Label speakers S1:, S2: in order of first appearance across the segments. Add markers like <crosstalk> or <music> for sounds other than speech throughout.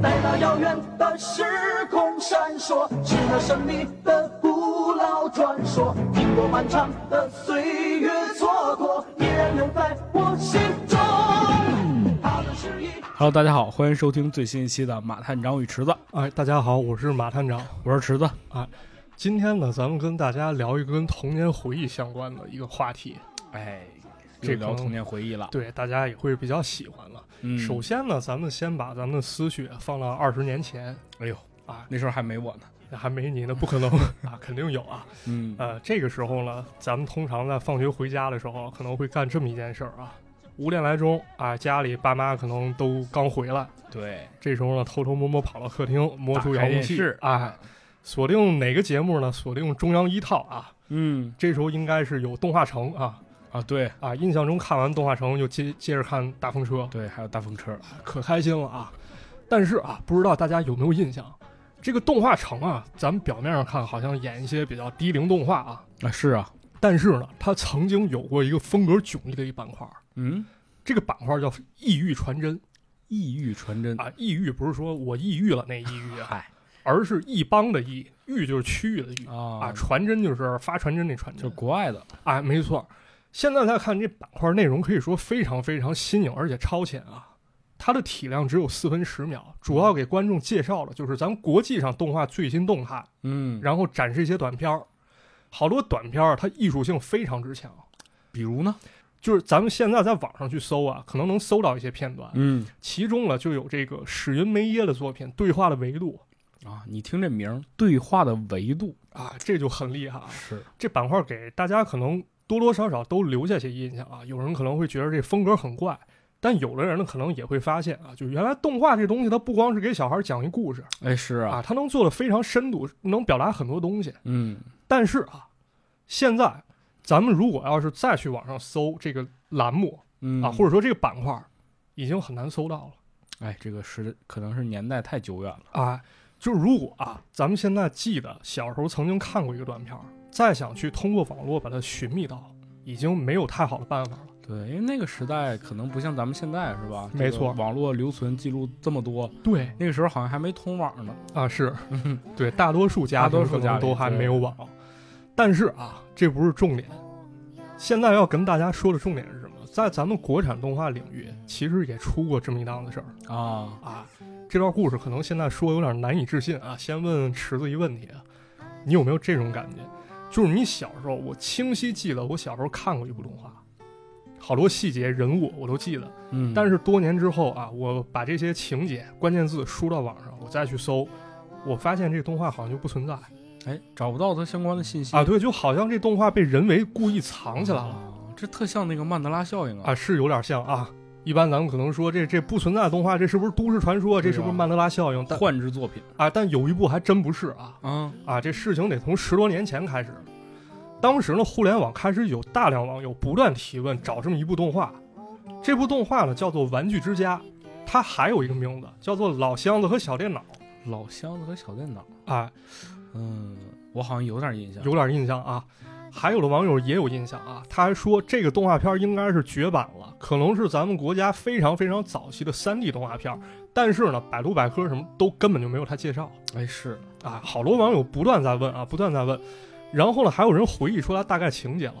S1: 那遥远的时空闪烁，是那神秘的古老传说。经过漫长的岁月蹉跎，依然留在我心中。它们是一。
S2: Hello，大家好，欢迎收听最新一期的《马探长与池子》，
S3: 哎，大家好，我是马探长。啊
S2: 我是池子。
S3: 今天呢，咱们跟大家聊一个跟童年回忆相关的一个话题，
S2: 哎，
S3: 这
S2: 这
S3: 可能
S2: 聊童年回忆了。
S3: 对大家也会比较喜欢了。
S2: 嗯，
S3: 首先呢，咱们先把咱们的思绪啊放到二十年前，
S2: 哎呦，
S3: 啊，
S2: 那时候还没我呢。
S3: 还没你呢，
S2: <laughs>
S3: 不可能啊，肯定有啊。
S2: 嗯，
S3: 呃，这个时候呢，咱们通常在放学回家的时候，可能会干这么一件事儿啊，五点来钟啊，家里爸妈可能都刚回来，
S2: 嗯对，
S3: 这时候呢，偷偷摸摸跑到客厅，摸出
S2: 打开
S3: 遥控
S2: 电
S3: 器
S2: 视，
S3: 哎，锁定哪个节目呢？锁定中央一套啊。
S2: 嗯
S3: 这时候应该是有动画城啊
S2: 啊，对
S3: 啊！印象中看完动画城就接接着看大风车，
S2: 对，还有大风车。
S3: 可开心了啊！但是啊，不知道大家有没有印象，这个动画城啊，咱们表面上看好像演一些比较低龄动画啊，
S2: 啊，是啊，
S3: 但是呢，它曾经有过一个风格迥异的一板块儿，
S2: 嗯，
S3: 这个板块儿叫“异域传真
S2: 异域传真”。
S3: 啊，异域不是说我抑郁了那抑郁啊，
S2: 嗨
S3: 而是一帮的异，域就是区域的域啊，
S2: 啊，
S3: 传真就是发传真那传
S2: 就
S3: 真，
S2: 国外的。
S3: 哎，没错。现在来看这板块内容，可以说非常非常新颖，而且超前啊！它的体量只有四分十秒，主要给观众介绍了就是咱们国际上动画最新动态，
S2: 嗯，
S3: 然后展示一些短片儿。好多短片儿它艺术性非常之强，
S2: 比如呢？
S3: 就是咱们现在在网上去搜啊，可能能搜到一些片段，
S2: 嗯
S3: 其中呢就有这个史云梅耶的作品《对话的维度
S2: 啊，你听这名儿，对话的维度》
S3: 啊，这就很厉害啊！
S2: 是
S3: 这板块给大家可能多多少少都留下些印象啊。有人可能会觉得这风格很怪，但有的人呢可能也会发现啊，就原来动画这东西，它不光是给小孩讲一故事
S2: 哎，是啊，
S3: 啊，它能做的非常深度，能表达很多东西。
S2: 嗯，
S3: 但是啊，现在咱们如果要是再去网上搜这个栏目
S2: 嗯
S3: 啊，或者说这个板块，已经很难搜到了。
S2: 哎，这个时可能是年代太久远了。
S3: 啊，就如果啊，咱们现在记得小时候曾经看过一个短片儿，再想去通过网络把它寻觅到，已经没有太好的办法了。
S2: 对，因为那个时代可能不像咱们现在是吧？
S3: 没
S2: 这个
S3: 错
S2: 网络留存记录这么多，
S3: 对
S2: 那个时候好像还没通网呢。
S3: 啊，是
S2: 嗯哼
S3: 对，大多数家
S2: 大多
S3: 庭可
S2: 数家
S3: 能
S2: 里
S3: 都还
S2: 对
S3: 没有网，但是啊，这不是重点。现在要跟大家说的重点是什么？在咱们国产动画领域，其实也出过这么一档子事儿
S2: 啊，
S3: 啊。这段故事可能现在说有点难以置信啊。先问池子一问题，啊你有没有这种感觉？就是你小时候，我清晰记得我小时候看过一部动画，好多细节、人物我都记得。
S2: 嗯，
S3: 但是多年之后啊，我把这些情节、关键字输到网上，我再去搜，我发现这动画好像就不存在
S2: 哎，找不到它相关的信息
S3: 啊。对，就好像这动画被人为故意藏起来了
S2: 啊这特像那个曼德拉效应啊。
S3: 啊，是有点像啊。一般咱们可能说这这不存在的动画，这是不是都市传说？这是不是
S2: 对啊
S3: 曼德拉效应？但
S2: 幻制作品
S3: 啊，但有一部还真不是啊。
S2: 啊，
S3: 啊，这事情得从十多年前开始。当时呢，互联网开始有大量网友不断提问找这么一部动画，这部动画呢叫做《玩具之家》，它还有一个名字叫做《老箱子和小电脑
S2: 老箱子和小电脑。》
S3: 啊，
S2: 嗯，我好像有点印象。
S3: 有点印象啊。还有的网友也有印象啊，他还说这个动画片应该是绝版了，可能是咱们国家非常非常早期的 3D 动画片，但是呢，百度百科什么都根本就没有它介绍。
S2: 哎，是
S3: 啊，好多网友不断在问啊，不断在问，然后呢，还有人回忆出来大概情节了。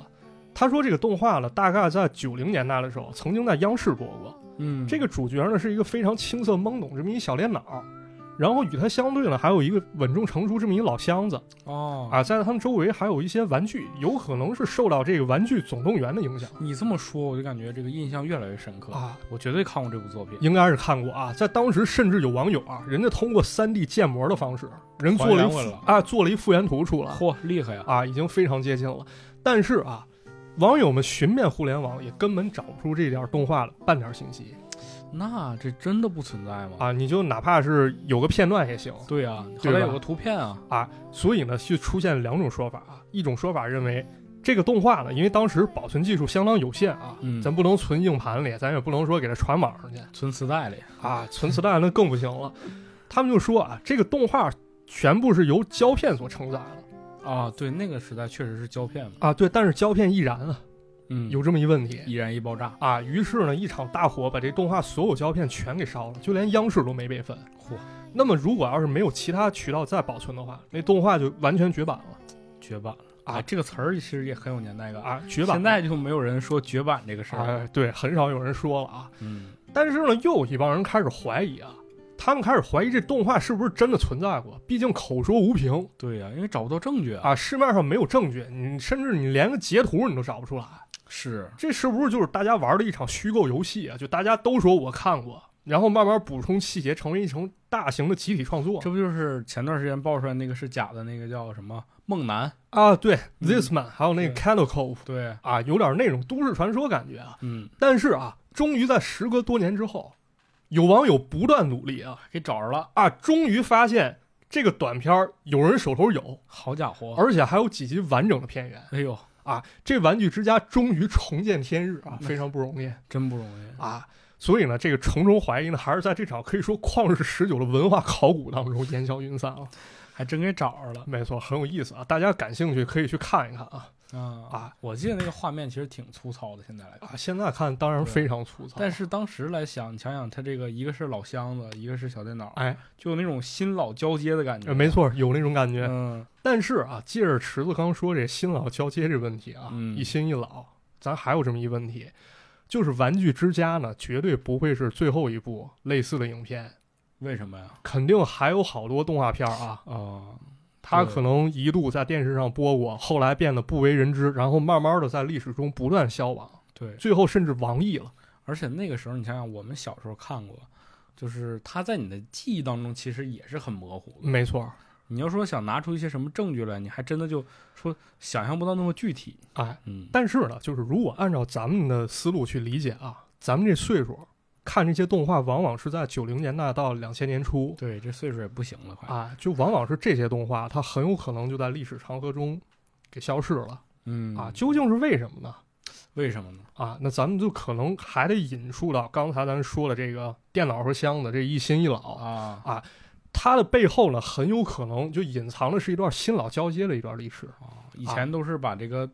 S3: 他说这个动画呢，大概在九零年代的时候，曾经在央视播过。
S2: 嗯，
S3: 这个主角呢是一个非常青涩懵懂这么一小电脑，然后与他相对呢，还有一个稳重成熟这么一老箱子
S2: 哦
S3: 啊，在他们周围还有一些玩具，有可能是受到这个《玩具总动员》的影响
S2: 你这么说，我就感觉这个印象越来越深刻。
S3: 啊，
S2: 我绝对看过这部作品，
S3: 应该是看过啊。在当时，甚至有网友啊，人家通过 3D 建模的方式，人做了一
S2: 还原
S3: 幅
S2: 了
S3: 啊，做了一复原图出来。
S2: 嚯，厉害呀！
S3: 啊，已经非常接近了。但是啊，网友们寻遍互联网也根本找不出这点动画的半点信息
S2: 那这真的不存在吗？
S3: 啊！你就哪怕是有个片段也行
S2: 对啊，后
S3: 对吧
S2: 来有个图片啊，
S3: 啊。所以呢，就出现两种说法啊。一种说法认为这个动画呢，因为当时保存技术相当有限啊，
S2: 嗯
S3: 咱不能存硬盘里，咱也不能说给它传网上去
S2: 存磁带里。
S3: 啊，存磁带那更不行了。他们就说啊，这个动画全部是由胶片所承载的
S2: 啊，对，那个时代确实是胶片嘛。
S3: 啊。对，但是胶片易燃啊。
S2: 嗯，
S3: 有这么一问题
S2: 易燃易爆炸，
S3: 啊。于是呢，一场大火把这动画所有胶片全给烧了，就连央视都没备份。
S2: 嚯，
S3: 那么如果要是没有其他渠道再保存的话，那动画就完全绝版了
S2: 绝版了
S3: 啊
S2: 哎这个词儿其实也很有年代感。
S3: 啊，绝版了。
S2: 现在就没有人说绝版这个事儿了。
S3: 哎，对，很少有人说了啊。
S2: 啊嗯，
S3: 但是呢，又有一帮人开始怀疑啊，他们开始怀疑这动画是不是真的存在过？毕竟口说无凭
S2: 对呀、因为找不到证据啊。
S3: 啊，市面上没有证据，你甚至你连个截图你都找不出来。
S2: 是，
S3: 这是不是就是大家玩的一场虚构游戏啊？就大家都说我看过，然后慢慢补充细节，成为一场大型的集体创作
S2: 这不就是前段时间爆出来那个是假的那个叫什么梦男？
S3: 啊？对、
S2: 嗯
S3: t h i s Man 还有那个 Candle Cove
S2: 对，
S3: 啊，有点那种都市传说感觉啊。
S2: 嗯，
S3: 但是啊，终于在时隔多年之后，有网友不断努力啊
S2: 给找着了。
S3: 啊，终于发现这个短片儿有人手头有，
S2: 好家伙！
S3: 而且还有几集完整的片源
S2: 哎呦，
S3: 啊。这玩具之家终于重见天日
S2: 嗯
S3: 啊，非常不容易。
S2: 真不容易。
S3: 啊。所以呢，这个重重怀疑呢，还是在这场可以说旷日持久的文化考古当中烟消云散了。
S2: 还真给找着了
S3: 没错，很有意思啊，大家感兴趣可以去看一看啊
S2: 啊
S3: 啊！
S2: 我记得那个画面其实挺粗糙的，现在来看。
S3: 啊！现在看当然非常粗糙，
S2: 但是当时来想，你想想，它这个一个是老箱子，一个是小电脑，
S3: 哎，
S2: 就有那种新老交接的感觉。啊
S3: 呃没，错，有那种感觉。
S2: 嗯，
S3: 但是啊，借着池子刚说这新老交接这问题啊，
S2: 嗯
S3: 一新一老，咱还有这么一问题，就是《玩具之家》呢，绝对不会是最后一部类似的影片，
S2: 为什么呀？
S3: 肯定还有好多动画片儿啊。
S2: 哦，
S3: 它
S2: 对
S3: 可能一度在电视上播过，后来变得不为人知，然后慢慢的在历史中不断消亡，
S2: 对，
S3: 最后甚至亡佚了。
S2: 而且那个时候，你想想，我们小时候看过，就是它在你的记忆当中其实也是很模糊的。
S3: 没错，
S2: 你要说想拿出一些什么证据来，你还真的就说想象不到那么具体。
S3: 哎，
S2: 嗯，
S3: 但是呢，就是如果按照咱们的思路去理解啊，咱们这岁数看这些动画，往往是在九零年代到两千年初
S2: 对，这岁数也不行了，快。
S3: 啊，就往往是这些动画，它很有可能就在历史长河中给消失了
S2: 嗯
S3: 啊。究竟是为什么呢？
S2: 为什么呢？
S3: 啊，那咱们就可能还得引述到刚才咱说的这个电脑和箱子这一新一老啊。
S2: 啊
S3: 它的背后呢，很有可能就隐藏的是一段新老交接的一段历史
S2: 以
S3: 啊
S2: 前都是把这个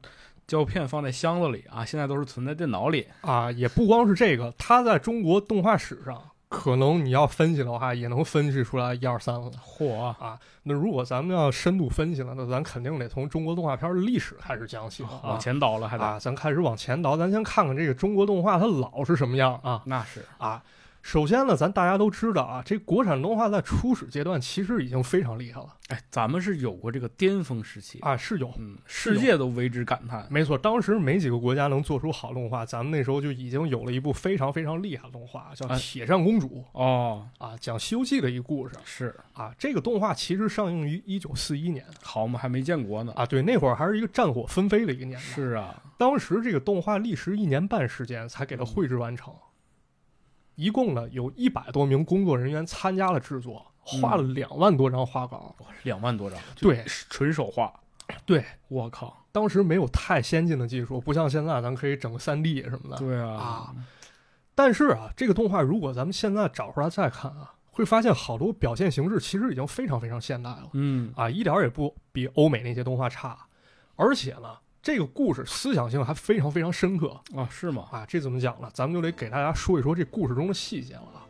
S2: 胶片放在箱子里啊，现在都是存在电脑里。
S3: 啊，也不光是这个，它在中国动画史上，可能你要分析的话，也能分析出来一二三了。
S2: 嚯啊、
S3: 那如果咱们要深度分析了，那咱肯定得从中国动画片的历史开始讲起了
S2: 往
S3: 啊
S2: 前倒了还得。
S3: 啊，咱开始往前倒，咱先看看这个中国动画它老是什么样啊
S2: 那是
S3: 啊。首先呢，咱大家都知道啊，这国产动画在初始阶段其实已经非常厉害了
S2: 哎，咱们是有过这个巅峰时期，
S3: 啊，是有
S2: 嗯，
S3: 是有
S2: 世
S3: 嗯
S2: 界都为之感叹。
S3: 没错，当时没几个国家能做出好动画，咱们那时候就已经有了一部非常非常厉害的动画，叫
S2: 哎
S3: 《铁扇公主
S2: 哦，》
S3: 啊，讲《西游记》的一故事
S2: 是
S3: 啊。这个动画其实上映于一九四一年
S2: 好嘛，还没建国呢。
S3: 啊，对，那会儿还是一个战火纷飞的一个年代。
S2: 是啊，
S3: 当时这个动画历时一年半时间才给
S2: 嗯
S3: 它绘制完成，一共呢有一百多名工作人员参加了制作，
S2: 嗯
S3: 画了两万多张画稿。
S2: 两万多张，
S3: 对，
S2: 哎纯手画。
S3: 对，
S2: 我靠，
S3: 当时没有太先进的技术，不像现在咱可以整个三 D 什么的。
S2: 对啊，
S3: 啊但是啊，这个动画如果咱们现在找出来再看啊，会发现好多表现形式其实已经非常非常现代了
S2: 嗯，
S3: 啊，一点儿也不比欧美那些动画差。而且呢，这个故事思想性还非常非常深刻
S2: 啊，是吗？
S3: 啊。这怎么讲呢？咱们就得给大家说一说这故事中的细节了啊。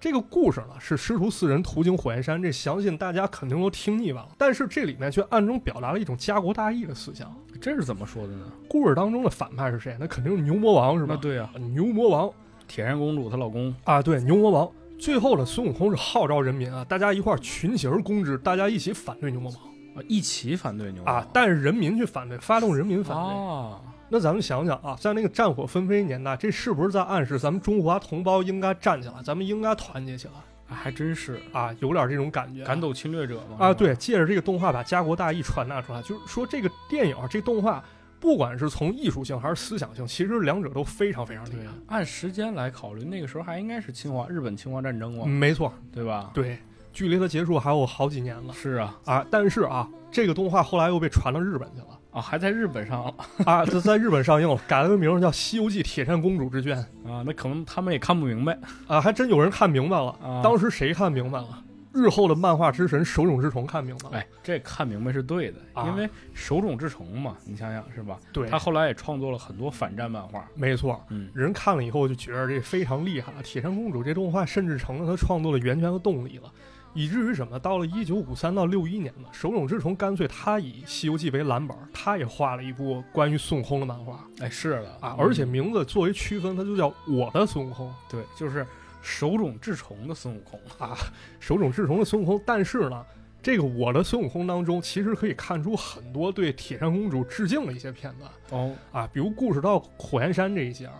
S3: 这个故事呢是师徒四人途经火焰山，这相信大家肯定都听腻歪了。但是这里面却暗中表达了一种家国大义的思想。
S2: 这是怎么说的呢？
S3: 故事当中的反派是谁？那肯定是牛魔王是
S2: 那
S3: 吧？
S2: 对啊，
S3: 啊牛魔王
S2: 铁扇公主她老公
S3: 啊，对，牛魔王。最后呢，孙悟空是号召人民啊，大家一块儿群起而攻之，大家一起反对牛魔王
S2: 啊一起反对牛
S3: 啊，带着人民去反对，发动人民反对。
S2: 啊，
S3: 那咱们想想啊，在那个战火纷飞年代，这是不是在暗示咱们中华同胞应该站起来，咱们应该团结起来
S2: 啊还真是
S3: 啊？有点这种感觉啊。
S2: 赶走侵略者嘛
S3: 啊，
S2: 是吧
S3: 对，借着这个动画把家国大义传达出来，就是说这个电影、这动画，不管是从艺术性还是思想性，其实两者都非常非常厉
S2: 对啊
S3: 害。
S2: 按时间来考虑，那个时候还应该是侵华日本侵华战争嘛，
S3: 嗯没错，
S2: 对吧？
S3: 对，距离它结束还有好几年了。
S2: 是啊，
S3: 啊，但是啊，这个动画后来又被传到日本去了
S2: 啊，还在日本上了
S3: 啊，这在日本上映了，改了个名儿叫《西游记铁扇公主之卷》
S2: 啊，那可能他们也看不明白
S3: 啊，还真有人看明白了。
S2: 啊
S3: 当时谁看明白了？日后的漫画之神手冢治虫看明白了。
S2: 哎，这看明白是对的，
S3: 啊
S2: 因为手冢治虫嘛，你想想是吧？
S3: 对，
S2: 他后来也创作了很多反战漫画，
S3: 没错，
S2: 嗯，
S3: 人看了以后就觉得这非常厉害了。铁扇公主这动画甚至成了他创作的源泉和动力了，以至于什么？到了一九五三到六一年呢，手冢治虫干脆他以《西游记》为蓝本，他也画了一部关于孙悟空的漫画
S2: 哎，是的
S3: 啊，而且名字作为区分，它就叫《我的孙悟空》。
S2: 对，就是手冢治虫的孙悟空，
S3: 手冢治虫的孙悟空，但是呢，这个我的孙悟空当中，其实可以看出很多对铁扇公主致敬的一些片段
S2: 哦，
S3: 啊，比如故事到火焰山这一节儿，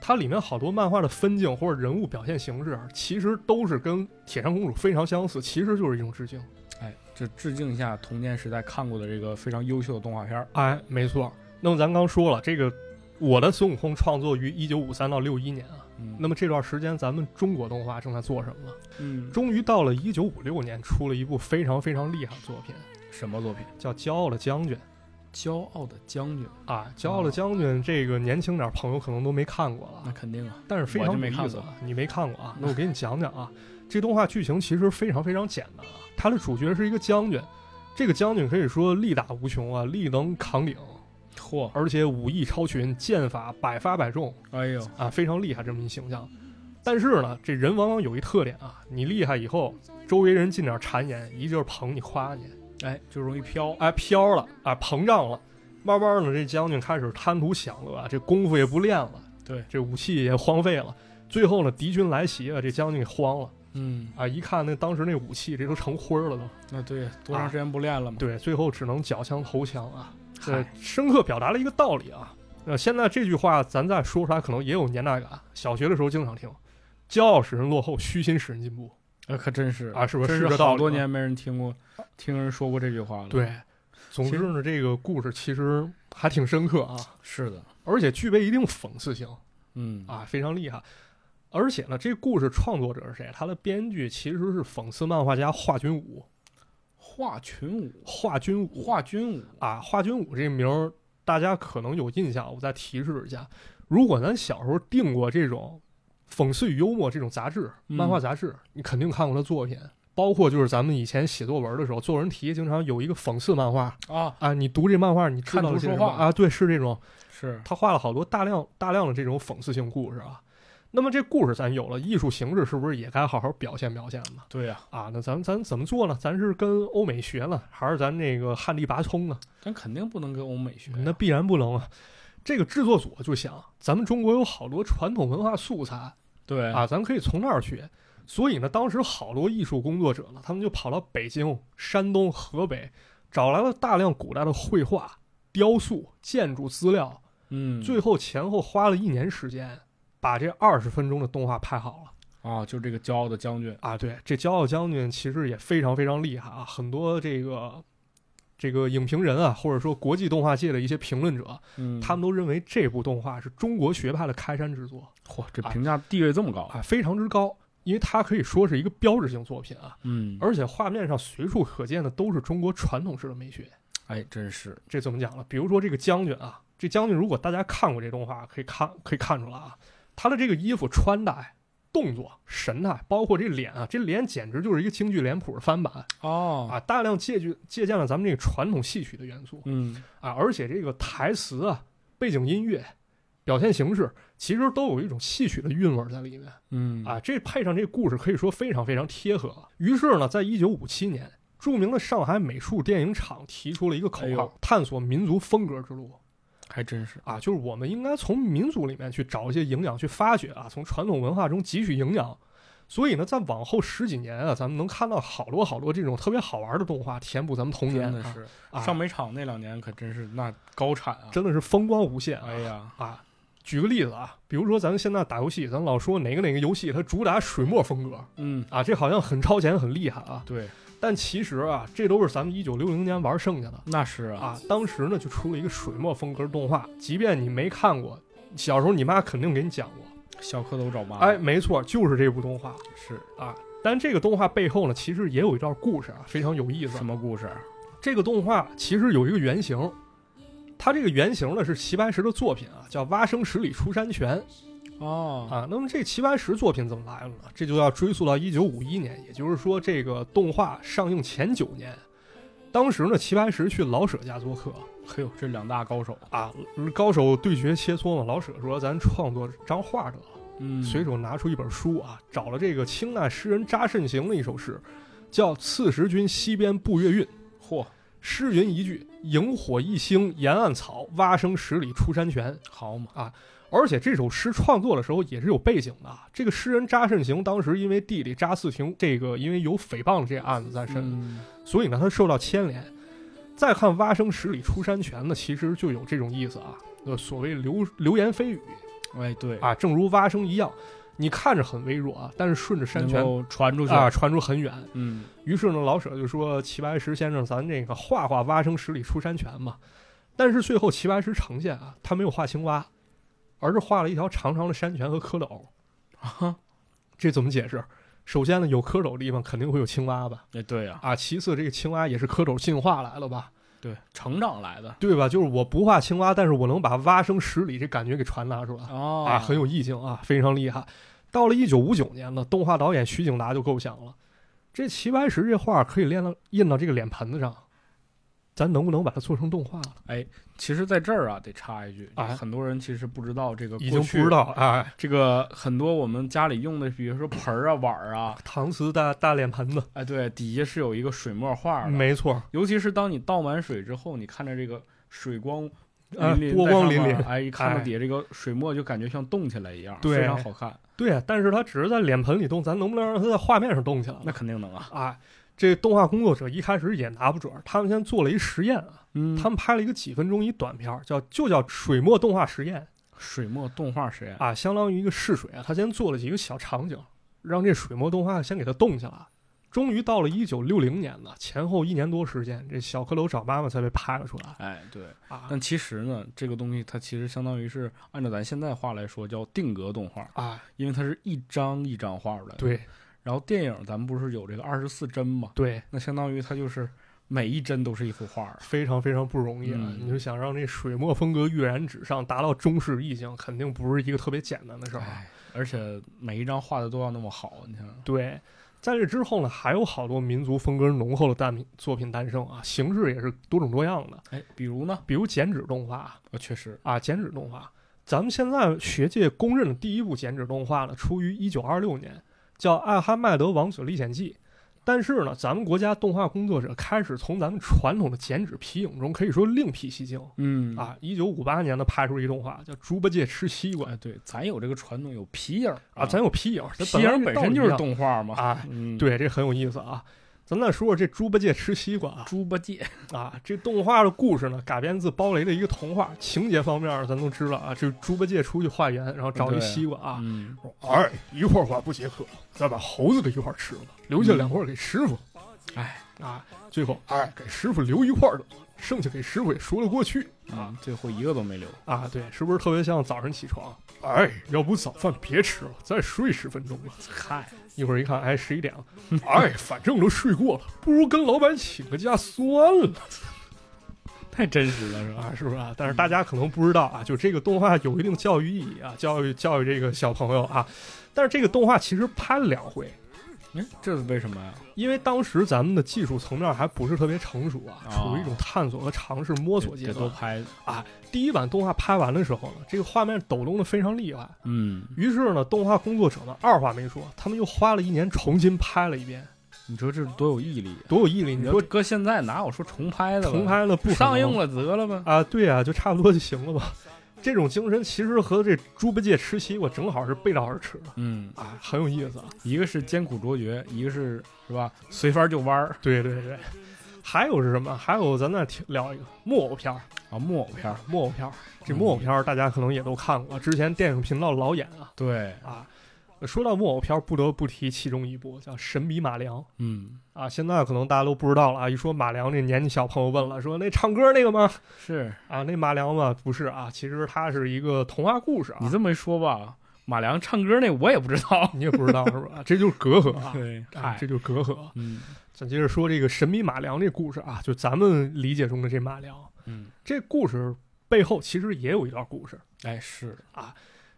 S3: 它里面好多漫画的分镜或者人物表现形式，啊其实都是跟铁扇公主非常相似，其实就是一种致敬。
S2: 哎，就致敬一下童年时代看过的这个非常优秀的动画片儿，
S3: 哎，没错。那么咱刚说了，这个我的孙悟空创作于一九五三到六一年啊，
S2: 嗯，
S3: 那么这段时间咱们中国动画正在做什么呢？
S2: 嗯，
S3: 终于到了一九五六年，出了一部非常非常厉害的作品，
S2: 什么作品？
S3: 叫《骄傲的将军》。
S2: 骄傲的将军，
S3: 啊，《骄
S2: 哦
S3: 傲的将军》这个年轻点儿朋友可能都没看过
S2: 那
S3: 了，
S2: 肯定啊，
S3: 但是非常
S2: 我就没
S3: 有意
S2: 看
S3: 思啊
S2: 过嗯
S3: 你没看过啊？那我给你讲讲啊，这动画剧情其实非常非常简单啊，它的主角是一个将军，这个将军可以说力大无穷啊，力能扛鼎，
S2: 嚯，
S3: 而且武艺超群，剑法百发百中
S2: 哎呦，
S3: 啊，非常厉害这么一形象。但是呢，这人往往有一特点啊，你厉害以后，周围人进点谗言，一劲儿捧你夸你，
S2: 哎，就容易飘，
S3: 哎，飘了，哎，膨胀了。慢慢的，这将军开始贪图享乐啊，这功夫也不练了，
S2: 对
S3: 这武器也荒废了。最后呢，敌军来袭啊，这将军给慌了
S2: 嗯，
S3: 啊！一看那当时那武器，这都成灰儿了都。
S2: 那对，多长时间不练了嘛？
S3: 对，最后只能缴枪投降啊！这
S2: 嗨，
S3: 深刻表达了一个道理啊。那现在这句话咱再说出来，可能也有年代感。小学的时候经常听，“骄傲使人落后，虚心使人进步
S2: 那可真是
S3: 啊是不是
S2: 真
S3: 是
S2: 是
S3: 这道理
S2: 好多
S3: 吗
S2: 年没人听过，听人说过这句话了。”。，
S3: 对，总之呢，这个故事其实还挺深刻啊，
S2: 是的，
S3: 而且具备一定讽刺性。
S2: 嗯，
S3: 啊，非常厉害。而且呢，这故事创作者是谁？他的编剧其实是讽刺漫画家华君武。
S2: 华群舞，
S3: 华君武
S2: 华君舞，
S3: 啊，华君武这名儿大家可能有印象，我再提示一下。如果咱小时候订过这种讽刺与幽默这种杂志，漫画
S2: 嗯
S3: 杂志，你肯定看过他作品，包括就是咱们以前写作文的时候，作文题经常有一个讽刺漫画
S2: 啊，
S3: 啊，你读这漫画，你知
S2: 看
S3: 道
S2: 图
S3: 了些
S2: 说
S3: 什么
S2: 话
S3: 啊，对，是这种。
S2: 是
S3: 他画了好多大量大量的这种讽刺性故事啊。那么这故事咱有了，艺术形式是不是也该好好表现表现呢？
S2: 对呀、
S3: 啊，那咱咱怎么做呢？咱是跟欧美学呢，还是咱这个旱地拔葱呢？
S2: 咱肯定不能跟欧美学呀。
S3: 那必然不能啊。这个制作组就想，咱们中国有好多传统文化素材
S2: 对
S3: 啊，咱可以从那儿学。所以呢，当时好多艺术工作者呢，他们就跑到北京、山东、河北，找来了大量古代的绘画、雕塑、建筑资料，
S2: 嗯，
S3: 最后前后花了一年时间，把这二十分钟的动画拍好了
S2: 啊，就这个骄傲的将军，
S3: 啊！对，这《骄傲将军》其实也非常非常厉害啊，很多这个这个影评人啊，或者说国际动画界的一些评论者，
S2: 嗯，
S3: 他们都认为这部动画是中国学派的开山之作
S2: 嚯，这
S3: 啊
S2: 评价地位这么高，
S3: 啊，非常之高，因为它可以说是一个标志性作品啊，
S2: 嗯，
S3: 而且画面上随处可见的都是中国传统式的美学。
S2: 哎，真是，
S3: 这怎么讲呢？比如说这个将军啊，这将军如果大家看过这动画，可以看可以看出来啊，他的这个衣服穿戴、动作、神态，包括这脸啊，这脸简直就是一个京剧脸谱的翻版
S2: 哦，
S3: 啊，大量借据借鉴了咱们这个传统戏曲的元素
S2: 嗯，
S3: 啊，而且这个台词啊、背景音乐、表现形式，其实都有一种戏曲的韵味儿在里面。
S2: 嗯，
S3: 啊，这配上这故事可以说非常非常贴合。于是呢，在一九五七年，著名的上海美术电影厂提出了一个口
S2: 哎
S3: 号：
S2: 呦
S3: 探索民族风格之路。
S2: 还真是，
S3: 啊，就是我们应该从民族里面去找一些营养，去发掘啊，从传统文化中汲取营养。所以呢，在往后十几年啊，咱们能看到好多好多这种特别好玩的动画，填补咱们童年
S2: 真
S3: 啊。
S2: 的是，
S3: 啊
S2: 上美场那两年可真是那高产啊，
S3: 真的是风光无限啊！
S2: 哎呀，
S3: 啊，举个例子啊，比如说咱们现在打游戏，咱老说哪个哪个游戏它主打水墨风格
S2: 嗯，
S3: 啊，这好像很超前很厉害啊。
S2: 对，
S3: 但其实啊，这都是咱们一九六零年玩剩下的
S2: 那是啊，
S3: 啊。当时呢，就出了一个水墨风格动画，即便你没看过，小时候你妈肯定给你讲过。
S2: 小蝌蚪找妈妈，
S3: 哎，，没错，就是这部动画
S2: 是
S3: 啊。但这个动画背后呢，其实也有一段故事啊，非常有意思
S2: 什。么故事？啊
S3: 这个动画其实有一个原型，它这个原型呢是齐白石的作品啊，叫《蛙声十里出山泉》
S2: 哦，
S3: 啊。那么这齐白石作品怎么来了呢？这就要追溯到一九五一年，也就是说这个动画上映前九年。当时呢，齐白石去老舍家做客
S2: 嘿呦，这两大高手，
S3: 啊，高手对决切磋嘛。老舍说：“咱创作张画得了。”
S2: 嗯，
S3: 随手拿出一本书啊，找了这个清代诗人查慎行的一首诗，叫《刺史军西边步月韵》。
S2: 嚯，
S3: 诗云一句：“萤火一星沿岸草，蛙声十里出山泉。啊
S2: 好嘛，”
S3: 而且这首诗创作的时候也是有背景的啊。这个诗人查慎行当时因为弟弟查四廷这个因为有诽谤这案子在身，
S2: 嗯，
S3: 所以呢他受到牵连。再看“蛙声十里出山泉”呢，其实就有这种意思啊，呃，所谓流流言蜚语。
S2: 哎，对，
S3: 啊，正如蛙声一样，你看着很微弱啊，但是顺着山
S2: 能
S3: 泉
S2: 够传出去，
S3: 啊传出很远。
S2: 嗯，
S3: 于是呢，老舍就说：“齐白石先生，咱这个画画蛙声十里出山泉嘛。”但是最后齐白石呈现啊，他没有画青蛙，而是画了一条长长的山泉和蝌蚪。
S2: 啊，
S3: 这怎么解释？首先呢，有蝌蚪的地方肯定会有青蛙吧？
S2: 哎，对啊，
S3: 啊，其次这个青蛙也是蝌蚪进化来了吧？
S2: 对，成长来的，
S3: 对吧？就是我不画青蛙，但是我能把蛙声十里这感觉给传达出来。
S2: 哦，
S3: 啊，很有意境啊，非常厉害。到了一九五九年呢，动画导演徐景达就构想了，这齐白石这画可以练到印到这个脸盆子上，咱能不能把它做成动画了？
S2: 其实在这儿啊，得插一句，
S3: 哎
S2: 很多人其实不知道这个，
S3: 已经不知。道哎，
S2: 这个很多我们家里用的，比如说盆儿啊、碗儿啊，
S3: 搪瓷大大脸盆子，
S2: 哎，对，底下是有一个水墨画的。
S3: 嗯没错，
S2: 尤其是当你倒满水之后，你看着这个水光
S3: 啊
S2: 粼粼，
S3: 波光粼粼。
S2: 哎，一看到
S3: 哎
S2: 底下这个水墨，就感觉像动起来一样，
S3: 对
S2: 非常好看。
S3: 对啊，但是它只是在脸盆里动，咱能不能让它在画面上动起来
S2: 那
S3: 呢？
S2: 肯定能啊，
S3: 啊，这动画工作者一开始也拿不准，他们先做了一实验啊，
S2: 嗯
S3: 他们拍了一个几分钟一短片儿，叫就叫水墨动画实验。
S2: 水墨动画实验，
S3: 啊，相当于一个试水啊，他先做了几个小场景，让这水墨动画先给它冻起来。终于到了一九六零年呢，前后一年多时间，这小蝌蚪找妈妈才被拍了出来
S2: 哎，对。
S3: 啊
S2: 但其实呢，这个东西它其实相当于是按照咱现在话来说叫定格动画，
S3: 啊！
S2: 因为它是一张一张画出来的。。
S3: 对
S2: 然后电影咱们不是有这个二十四帧嘛？
S3: 对，
S2: 那相当于它就是每一帧都是一幅画儿。
S3: 非常非常不容易啊！
S2: 嗯
S3: 你就想让这水墨风格跃然纸上，达到中式意境，肯定不是一个特别简单的事儿啊。
S2: 哎，而且每一张画的都要那么好，你看，
S3: 对，在这之后呢，还有好多民族风格浓厚的单品作品诞生啊，形式也是多种多样的，
S2: 哎，比如呢，
S3: 比如剪纸动画，
S2: 呃，确实，
S3: 啊，剪纸动画。咱们现在学界公认的第一部剪纸动画呢，出于一九二六年，叫《艾哈迈德王子历险记》。但是呢，咱们国家动画工作者开始从咱们传统的剪纸皮影中，可以说另辟蹊径
S2: 嗯，
S3: 啊。一九五八年呢，拍出一动画叫《猪八戒吃西瓜》
S2: 哎，对，咱有这个传统，有皮影儿
S3: 啊，咱有皮影，它
S2: 皮影儿
S3: 来
S2: 本
S3: 道
S2: 身
S3: 理
S2: 就是
S3: 上
S2: 动画嘛，
S3: 啊，
S2: 嗯，，
S3: 对，这很有意思啊。咱再说说这猪八戒吃西瓜啊
S2: 猪八戒，
S3: 啊，这动画的故事呢，改编自包雷的一个童话，情节方面儿咱都知道啊，就是猪八戒出去化缘，然后找一
S2: 对
S3: 西瓜啊，
S2: 嗯，
S3: 哎，一块儿化不解渴，再把猴子给一块儿吃了，留下两块儿给师傅。
S2: 哎，
S3: 啊，最后嗯哎给师傅留一块儿的，剩下给师傅也说得过去
S2: 啊，最后一个都没留，
S3: 啊。对，是不是特别像早晨起床？哎，要不早饭别吃了，再睡十分钟吧。
S2: 嗨，
S3: 一会儿一看，哎，十一点 <laughs> 了，哎，反正都睡过了，不如跟老板请个假算了。
S2: 太真实了，是吧？
S3: 啊，是不是啊？但是
S2: 嗯
S3: 大家可能不知道啊，就这个动画有一定教育意义啊，教育教育这个小朋友啊。但是这个动画其实拍了两回，
S2: 嗯，这是为什么呀？
S3: 因为当时咱们的技术层面还不是特别成熟啊，
S2: 啊
S3: 处于一种探索和尝试摸索
S2: 这
S3: 阶
S2: 都
S3: 段。
S2: 拍，
S3: 第一版动画拍完的时候呢，这个画面抖动的非常厉害。
S2: 嗯，
S3: 于是呢，动画工作者们二话没说，他们又花了一年重新拍了一遍，
S2: 你说这多有毅力啊！
S3: 多有毅力！你
S2: 你
S3: 说
S2: 说搁现在哪有说重拍的了？
S3: 重拍了不可能
S2: 上映了得了呗。
S3: 啊？对啊，就差不多就行了吧。这种精神其实和这猪八戒吃西瓜正好是背道而驰的
S2: 嗯，
S3: 啊，很有意思啊。
S2: 一个是艰苦卓绝，一个是是吧？随翻就弯儿
S3: 对对对，还有是什么？还有咱再提聊一个木偶片儿。
S2: 啊，木偶片儿。
S3: 木偶片儿，这
S2: 嗯
S3: 木偶片儿大家可能也都看过，之前电影频道老演啊
S2: 对，
S3: 啊。说到木偶片儿，不得不提其中一部叫《神笔马良》
S2: 嗯，
S3: 啊。现在可能大家都不知道了啊，一说马良这年纪小朋友问了，说那唱歌那个吗？
S2: 是
S3: 啊，那马良吗？不是啊，其实它是一个童话故事啊
S2: 你。这么一说吧，马良唱歌那我也不知道。
S3: <laughs> 你也不知道是吧？这就是隔阂 <laughs> 啊。
S2: 对，
S3: 啊
S2: 嗨，
S3: 这，就是隔阂。
S2: 嗯
S3: 咱接着说这个神笔马良这故事啊，就咱们理解中的这马良，
S2: 嗯，
S3: 这故事背后其实也有一段故事。
S2: 哎是，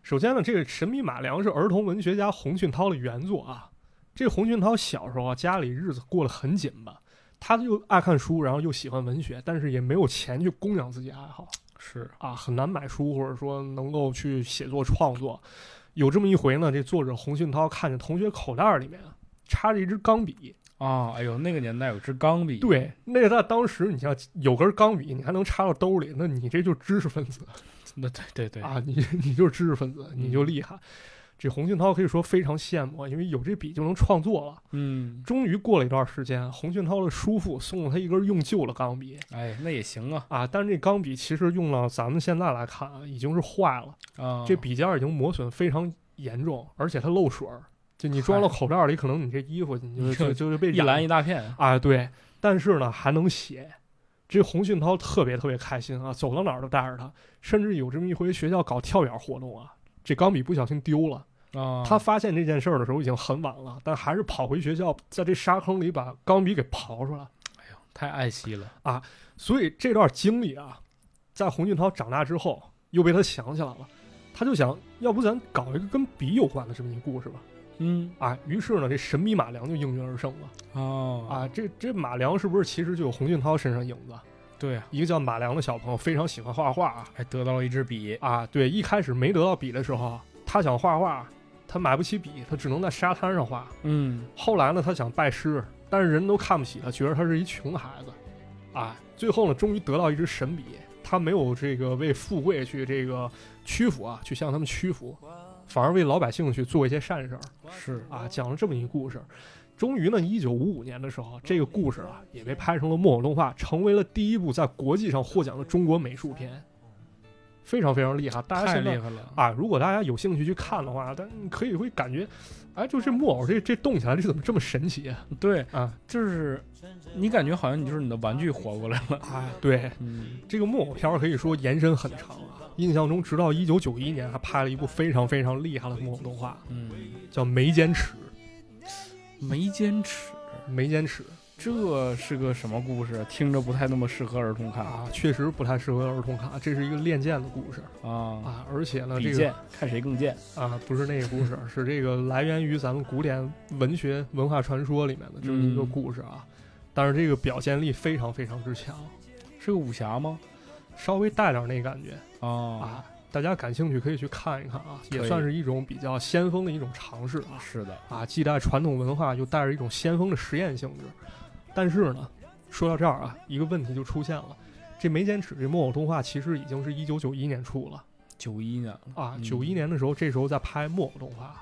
S3: 首先呢，这个《神笔马良》是儿童文学家洪俊涛的原作啊。这洪俊涛小时候啊，家里日子过得很紧吧，他又爱看书，然后又喜欢文学，但是也没有钱去供养自己爱好
S2: 是
S3: 啊，很难买书或者说能够去写作创作。有这么一回呢，这作者洪俊涛看见同学口袋里面啊插着一支钢笔，
S2: 啊，哎呦，那个年代有支钢笔，，
S3: 对，那个在当时，你像有根钢笔，你还能插到兜里，那你这就是知识分子
S2: 那对对嗯对，
S3: 啊！你 <laughs> 你就是知识分子，你就厉害。这洪俊涛可以说非常羡慕，因为有这笔就能创作了。
S2: 嗯，
S3: 终于过了一段时间，洪俊涛的叔父送了他一根用旧了钢笔
S2: 哎，那也行啊
S3: 啊，但是这钢笔其实用到咱们现在来看啊，已经是坏了，
S2: 啊，
S3: 这笔尖儿已经磨损非常严重，而且它漏水儿。就你装到口袋里，可能你这衣服你
S2: <laughs>
S3: 就就就就被
S2: 一
S3: 染
S2: 蓝一大片，
S3: 啊，对，但是呢还能写。这洪俊涛特别特别开心啊，走到哪儿都带着他，甚至有这么一回学校搞跳远活动啊，这钢笔不小心丢了。
S2: 啊，
S3: 他发现这件事儿的时候已经很晚了，但还是跑回学校，在这沙坑里把钢笔给刨出来。
S2: 太爱惜了，
S3: 所以这段经历啊，在洪俊涛长大之后又被他想起来了，他就想要不咱搞一个跟笔有关的这么一故事吧？
S2: 嗯，
S3: 啊，于是呢，这神笔马良就应运而生了
S2: 哦，
S3: 啊。这这马良是不是其实就有洪俊涛身上影子啊？
S2: 对啊，
S3: 一个叫马良的小朋友非常喜欢画画啊
S2: 还得到了一支笔，
S3: 啊，对，一开始没得到笔的时候，啊他想画画，他买不起笔，他只能在沙滩上画。
S2: 嗯，
S3: 后来呢，他想拜师，但是人都看不起他，觉得他是一穷孩子，啊，最后呢，终于得到一支神笔，他没有这个为富贵去这个屈服啊，去向他们屈服，反而为老百姓去做一些善事儿。
S2: 是
S3: 啊，讲了这么一个故事。终于呢，一九五五年的时候，这个故事啊也被拍成了木偶动画，成为了第一部在国际上获奖的中国美术片，非常非常厉害。大家
S2: 太
S3: 现
S2: 厉
S3: 在
S2: 害了，
S3: 啊，如果大家有兴趣去看的话，但你可以会感觉，哎，就这木偶这这动起来，这怎么这么神奇啊？
S2: 对，
S3: 啊，
S2: 就是你感觉好像你就是你的玩具活过来了，
S3: 哎，对，
S2: 嗯，
S3: 这个木偶片儿可以说延伸很长啊。印象中，直到一九九一年，还拍了一部非常非常厉害的木偶动画，
S2: 嗯，
S3: 叫《眉间尺》。
S2: 眉间尺，
S3: 眉间尺
S2: 这是个什么故事？啊听着不太那么适合儿童看
S3: 啊，确实不太适合儿童看，这是一个练剑的故事。
S2: 啊。
S3: 啊，而且呢，
S2: 比
S3: 这个
S2: 剑，看谁更贱。
S3: 啊，不是那个故
S2: <laughs>
S3: 事，是这个来源于咱们古典文学文化传说里面的这么一个
S2: 嗯
S3: 故事啊。但是这个表现力非常非常之强，
S2: 是个武侠吗？
S3: 稍微带点那感觉
S2: 啊，
S3: 啊。大家感兴趣可以去看一看啊，也
S2: 可以
S3: 算是一种比较先锋的一种尝试啊
S2: 是的，
S3: 啊，既带传统文化，又带着一种先锋的实验性质。但是呢，说到这儿啊，一个问题就出现了，这眉间尺这木偶动画其实已经是一九九一年出了
S2: 九一年了，
S3: 啊，
S2: 嗯
S3: 九一年的时候，这时候在拍木偶动画。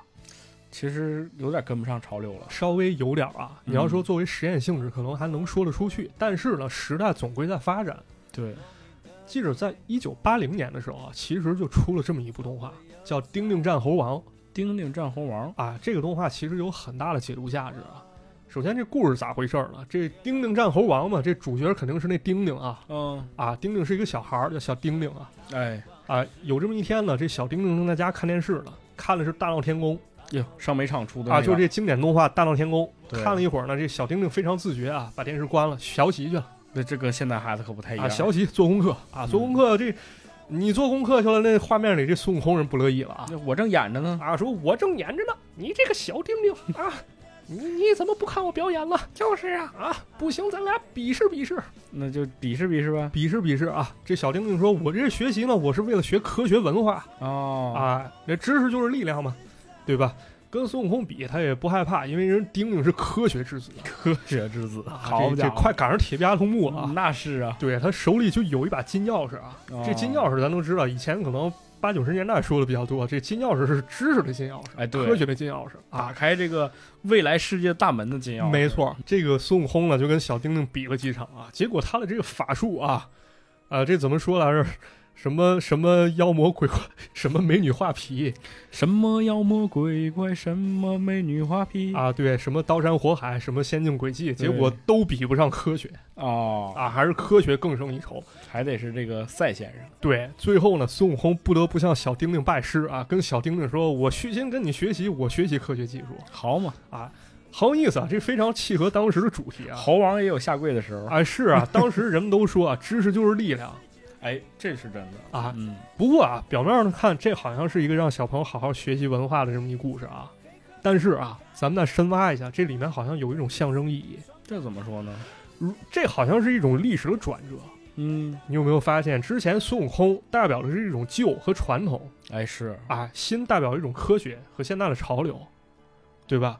S2: 其实有点跟不上潮流了。
S3: 稍微有点儿啊。
S2: 嗯
S3: 你要说作为实验性质，可能还能说得出去。但是呢，时代总归在发展。
S2: 对，
S3: 记着，在一九八零年的时候啊，其实就出了这么一部动画，叫《丁丁战猴王》
S2: 丁丁战猴王，
S3: 啊。这个动画其实有很大的解读价值啊。首先，这故事咋回事儿呢？这丁丁战猴王嘛，这主角肯定是那丁丁啊
S2: 嗯，
S3: 啊！丁丁是一个小孩儿，叫小丁丁啊
S2: 哎，
S3: 啊！有这么一天呢，这小丁丁正在家看电视呢，看的是《大闹天宫》。
S2: 哟，上美场出的
S3: 啊，
S2: 那个
S3: 就是这经典动画《大闹天宫》。
S2: 对
S3: 看了一会儿呢，这小丁丁非常自觉啊，把电视关了，学习去了
S2: 那这跟现在孩子可不太一
S3: 啊，
S2: 样。
S3: 学习做功课啊，做功课这你做功课去了，那画面里这孙悟空人不乐意了啊
S2: 那我正演着呢，
S3: 啊，说我正演着呢，你这个小丁丁啊，你你怎么不看我表演了？就是啊啊，不行，咱俩比试比试，
S2: 那就比试比试呗。
S3: 比试比试啊！这小丁丁说，我这学习呢，我是为了学科学文化
S2: 哦， <laughs>
S3: 啊，那知识就是力量嘛，对吧？跟孙悟空比，他也不害怕，因为人丁丁是科学之子。
S2: 科学之子，
S3: 啊
S2: 好
S3: 这
S2: 家
S3: 这
S2: 伙，
S3: 快赶上铁臂阿童木了啊！
S2: 那是啊，
S3: 对他手里就有一把金钥匙啊，
S2: 哦
S3: 这金钥匙咱都知道，以前可能八九十年代说的比较多，这金钥匙是知识的金钥匙，
S2: 哎，对，
S3: 科学的金钥匙
S2: 打
S3: 啊。
S2: 开这个未来世界大门的金钥匙，
S3: 没，错，这个孙悟空呢就跟小丁丁比了几场啊，结果他的这个法术啊，啊、这怎么说来着？什么什么妖魔鬼怪， <laughs> 什么美女画皮
S2: 什么妖魔鬼怪，什么美女画皮，
S3: 啊？对，什么刀山火海，什么仙境诡计，结果
S2: 嗯对
S3: 都比不上科学
S2: 哦，
S3: 啊，还是科学更胜一筹。
S2: 还得是这个赛先生，
S3: 对，最后呢，孙悟空不得不向小丁丁拜师啊，跟小丁丁说：“我虚心跟你学习，我学习科学技术，
S2: 好嘛，
S3: 很有意思啊，这非常契合当时的主题啊。
S2: 猴王也有下跪的时候”，
S3: 啊啊，是啊，当时人们都说啊，知识就是力量
S2: 哎，这是真的
S3: 啊
S2: 嗯，
S3: 不过啊，表面上看这好像是一个让小朋友好好学习文化的这么一故事啊，但是啊，咱们再深挖一下，这里面好像有一种象征意义，
S2: 这怎么说呢？
S3: 如这好像是一种历史的转折。
S2: 嗯，
S3: 你有没有发现，之前孙悟空代表的是一种旧和传统
S2: 哎是，
S3: 啊，新代表一种科学和现在的潮流，对吧？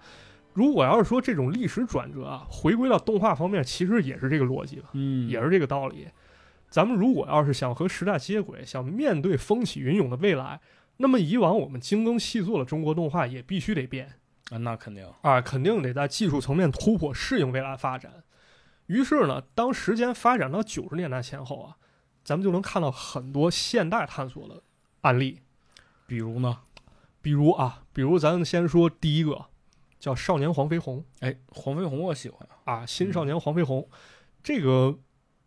S3: 如果要是说这种历史转折啊，回归到动画方面，其实也是这个逻辑吧。
S2: 嗯，
S3: 也是这个道理。咱们如果要是想和时代接轨，想面对风起云涌的未来，那么以往我们精耕细作的中国动画也必须得变
S2: 啊，那肯定，
S3: 啊，肯定得在技术层面突破，适应未来发展。于是呢，当时间发展到九十年代前后啊，咱们就能看到很多现代探索的案例，
S2: 比如呢，
S3: 比如啊，比如咱们先说第一个，叫《少年黄飞鸿》。
S2: 哎，黄飞鸿我喜欢，
S3: 啊，《新少年黄飞鸿》这个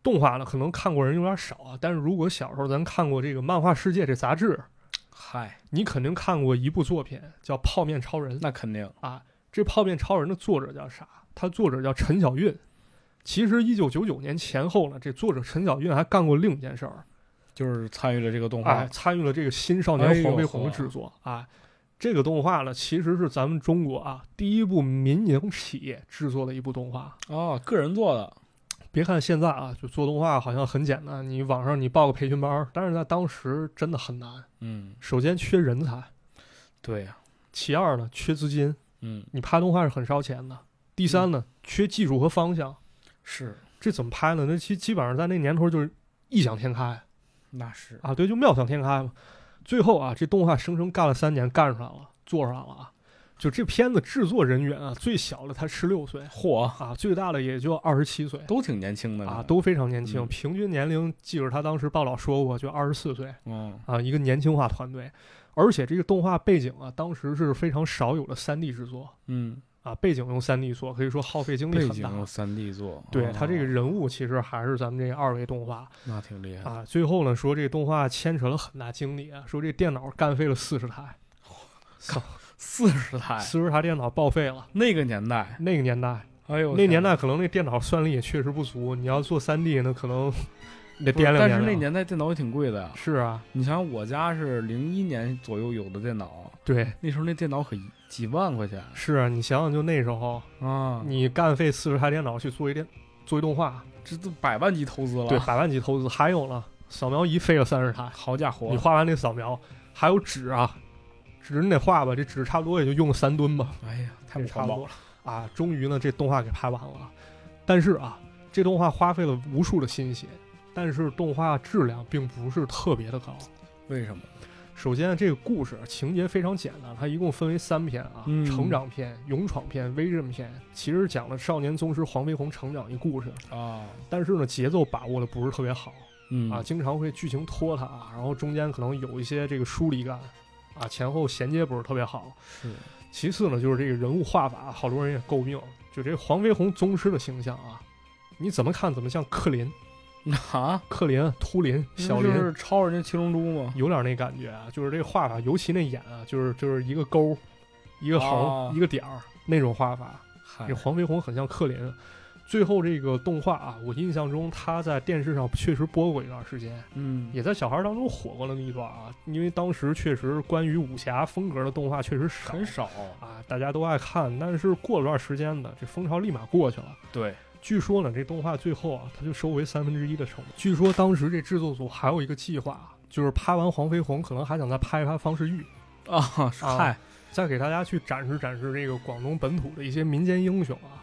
S3: 动画呢，可能看过人有点少啊。但是如果小时候咱看过这个《漫画世界》这杂志，
S2: 嗨，
S3: 你肯定看过一部作品叫《泡面超人》。
S2: 那肯定，
S3: 这《泡面超人》的作者叫啥？他作者叫陈小运。其实，一九九九年前后呢，这作者陈小运还干过另一件事儿，
S2: 就是参与了这个动画
S3: 哎，，参与了这个《新少
S2: 哎
S3: 年
S2: 呦
S3: 黄飞鸿》的制作啊、这个动画呢，其实是咱们中国啊第一部民营企业制作的一部动画。
S2: 哦，个人做的，
S3: 别看现在啊，就做动画好像很简单，你网上你报个培训班儿，但是在当时真的很难。
S2: 嗯，
S3: 首先缺人才，
S2: 对呀，
S3: 其二呢缺资金，
S2: 嗯，
S3: 你拍动画是很烧钱的。第三呢、缺技术和方向，
S2: 是，
S3: 这怎么拍呢？那基基本上在那年头就是异想天开
S2: 那是，
S3: 啊，对，就妙想天开嘛。最后啊，这动画生生干了三年，干上了，做上了啊。就这片子制作人员啊，最小的才十六岁
S2: 嚯，
S3: 啊，最大的也就二十七岁。
S2: 都挺年轻的
S3: 啊，
S2: 呢，
S3: 都非常年轻，
S2: 嗯
S3: 平均年龄，记着他当时报道说过，就二十四岁
S2: 嗯，
S3: 啊，一个年轻化团队，而且这个动画背景啊，当时是非常少有的三 D 制作
S2: 嗯，
S3: 啊，背景用三 D 做，可以说耗费精力
S2: 背
S3: 很
S2: 景
S3: 大。
S2: 用三 D 做，
S3: 对
S2: 哦
S3: 他这个人物其实还是咱们这个二维动画
S2: 那挺厉害，
S3: 啊，最后呢说这个动画牵扯了很大精力啊，说这电脑干废了四十台，
S2: 四十台，
S3: 四十台电脑报废了。
S2: 那个年代，
S3: 那个年代，
S2: 哎呦，
S3: 那年
S2: 代
S3: 代可能那电脑算力也确实不足，你要做三 D 那可能 <laughs> 得掂量掂量。
S2: 但是那年代电脑也挺贵的呀，
S3: 是啊，
S2: 你想我家是零一年左右有的电脑，
S3: 对，
S2: 那时候那电脑可一几万块钱
S3: 是啊，你想想，就那时候，
S2: 啊，
S3: 你干废四十台电脑去做一电做一动画，
S2: 这都百万级投资了，
S3: 对，百万级投资。还有呢，扫描仪废了三十台，
S2: 好家伙
S3: 你，画完那扫描，还有纸啊，纸你得画吧，这纸差不多也就用了三吨吧，
S2: 哎呀，太
S3: 这
S2: 不
S3: 差
S2: 环
S3: 不
S2: 保
S3: 多
S2: 了，
S3: 啊。终于呢，这动画给拍完了，但是啊，这动画花费了无数的心血，但是动画质量并不是特别的高。
S2: 为什么？
S3: 首先，这个故事情节非常简单，它一共分为三篇啊，
S2: 嗯
S3: 成长篇、勇闯篇、威震篇，其实讲了少年宗师黄飞鸿成长一故事，
S2: 啊，
S3: 但是呢，节奏把握的不是特别好
S2: 嗯 <laughs>
S3: 啊，经常会剧情拖沓，啊然后中间可能有一些这个疏离感啊，前后衔接不是特别好。
S2: 是，
S3: 其次呢，就是这个人物画法，好多人也诟病，就这黄飞鸿宗师的形象啊，你怎么看怎么像克林、
S2: 啊，
S3: 克林、秃林、小
S2: 林
S3: 林。
S2: 是抄人家七龙珠吗？
S3: 有点那感觉啊，就是这画法，尤其那眼啊，就是就是一个勾，一个横，
S2: 啊
S3: 一个点儿那种画法。
S2: 嗨
S3: 这，黄飞鸿很像克林。最后这个动画啊，我印象中他在电视上确实播过一段时间，
S2: 嗯，
S3: 也在小孩当中火过那么一段啊。因为当时确实关于武侠风格的动画确实少
S2: 很少，
S3: 啊，大家都爱看。但是过了段时间呢，这风潮立马过去了。
S2: 对，
S3: 据说呢，这动画最后啊，他就收回三分之一的成本。据说当时这制作组还有一个计划，就是拍完《黄飞鸿》，可能还想再拍一拍方世玉，
S2: 啊，嗨，
S3: 再给大家去展示展示这个广东本土的一些民间英雄啊。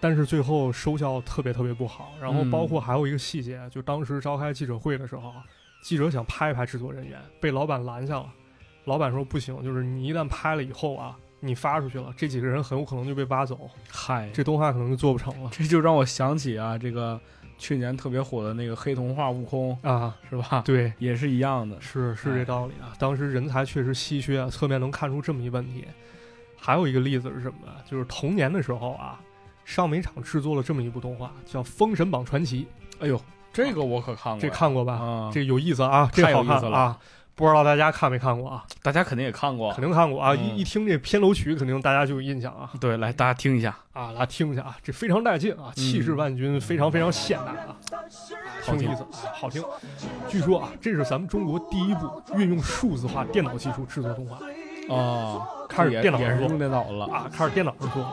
S3: 但是最后收效特别特别不好。然后包括还有一个细节，就当时召开记者会的时候啊，记者想拍一拍制作人员，被老板拦下了。老板说不行，就是你一旦拍了以后啊，你发出去了，这几个人很有可能就被挖走，
S2: 嗨，
S3: 这动画可能就做不成了
S2: 这就让我想起啊，这个去年特别火的那个黑童话《悟空
S3: 啊。》，
S2: 是吧？
S3: 对，
S2: 也是一样的，
S3: 是是
S2: 哎
S3: 这道理啊，当时人才确实稀缺啊，侧面能看出这么一问题。还有一个例子是什么呢？就是同年的时候啊，上美厂制作了这么一部动画，叫《封神榜传奇
S2: 哎呦，这个我可看》，过，
S3: 这看过吧？
S2: 啊，
S3: 这有意思啊，这
S2: 太有
S3: 好
S2: 意
S3: 看
S2: 思了
S3: 啊！不知道大家看没看过啊？
S2: 大家肯定也看过
S3: 肯，定看过啊！
S2: 嗯
S3: 一一听这片头曲，肯定大家就有印象啊
S2: 对，来大家听一下，
S3: 啊！来听一下啊，这非常带劲啊，气
S2: 嗯
S3: 势万钧，非常非常现代啊，
S2: 好
S3: 挺有
S2: 听
S3: 意思，哎好听。据说啊，这是咱们中国第一部运用数字化电脑技术制作动画
S2: 哦，
S3: 开始
S2: 也
S3: 电脑
S2: 也
S3: 制
S2: 是
S3: 作
S2: 用电脑了，
S3: 啊，开始电脑制作，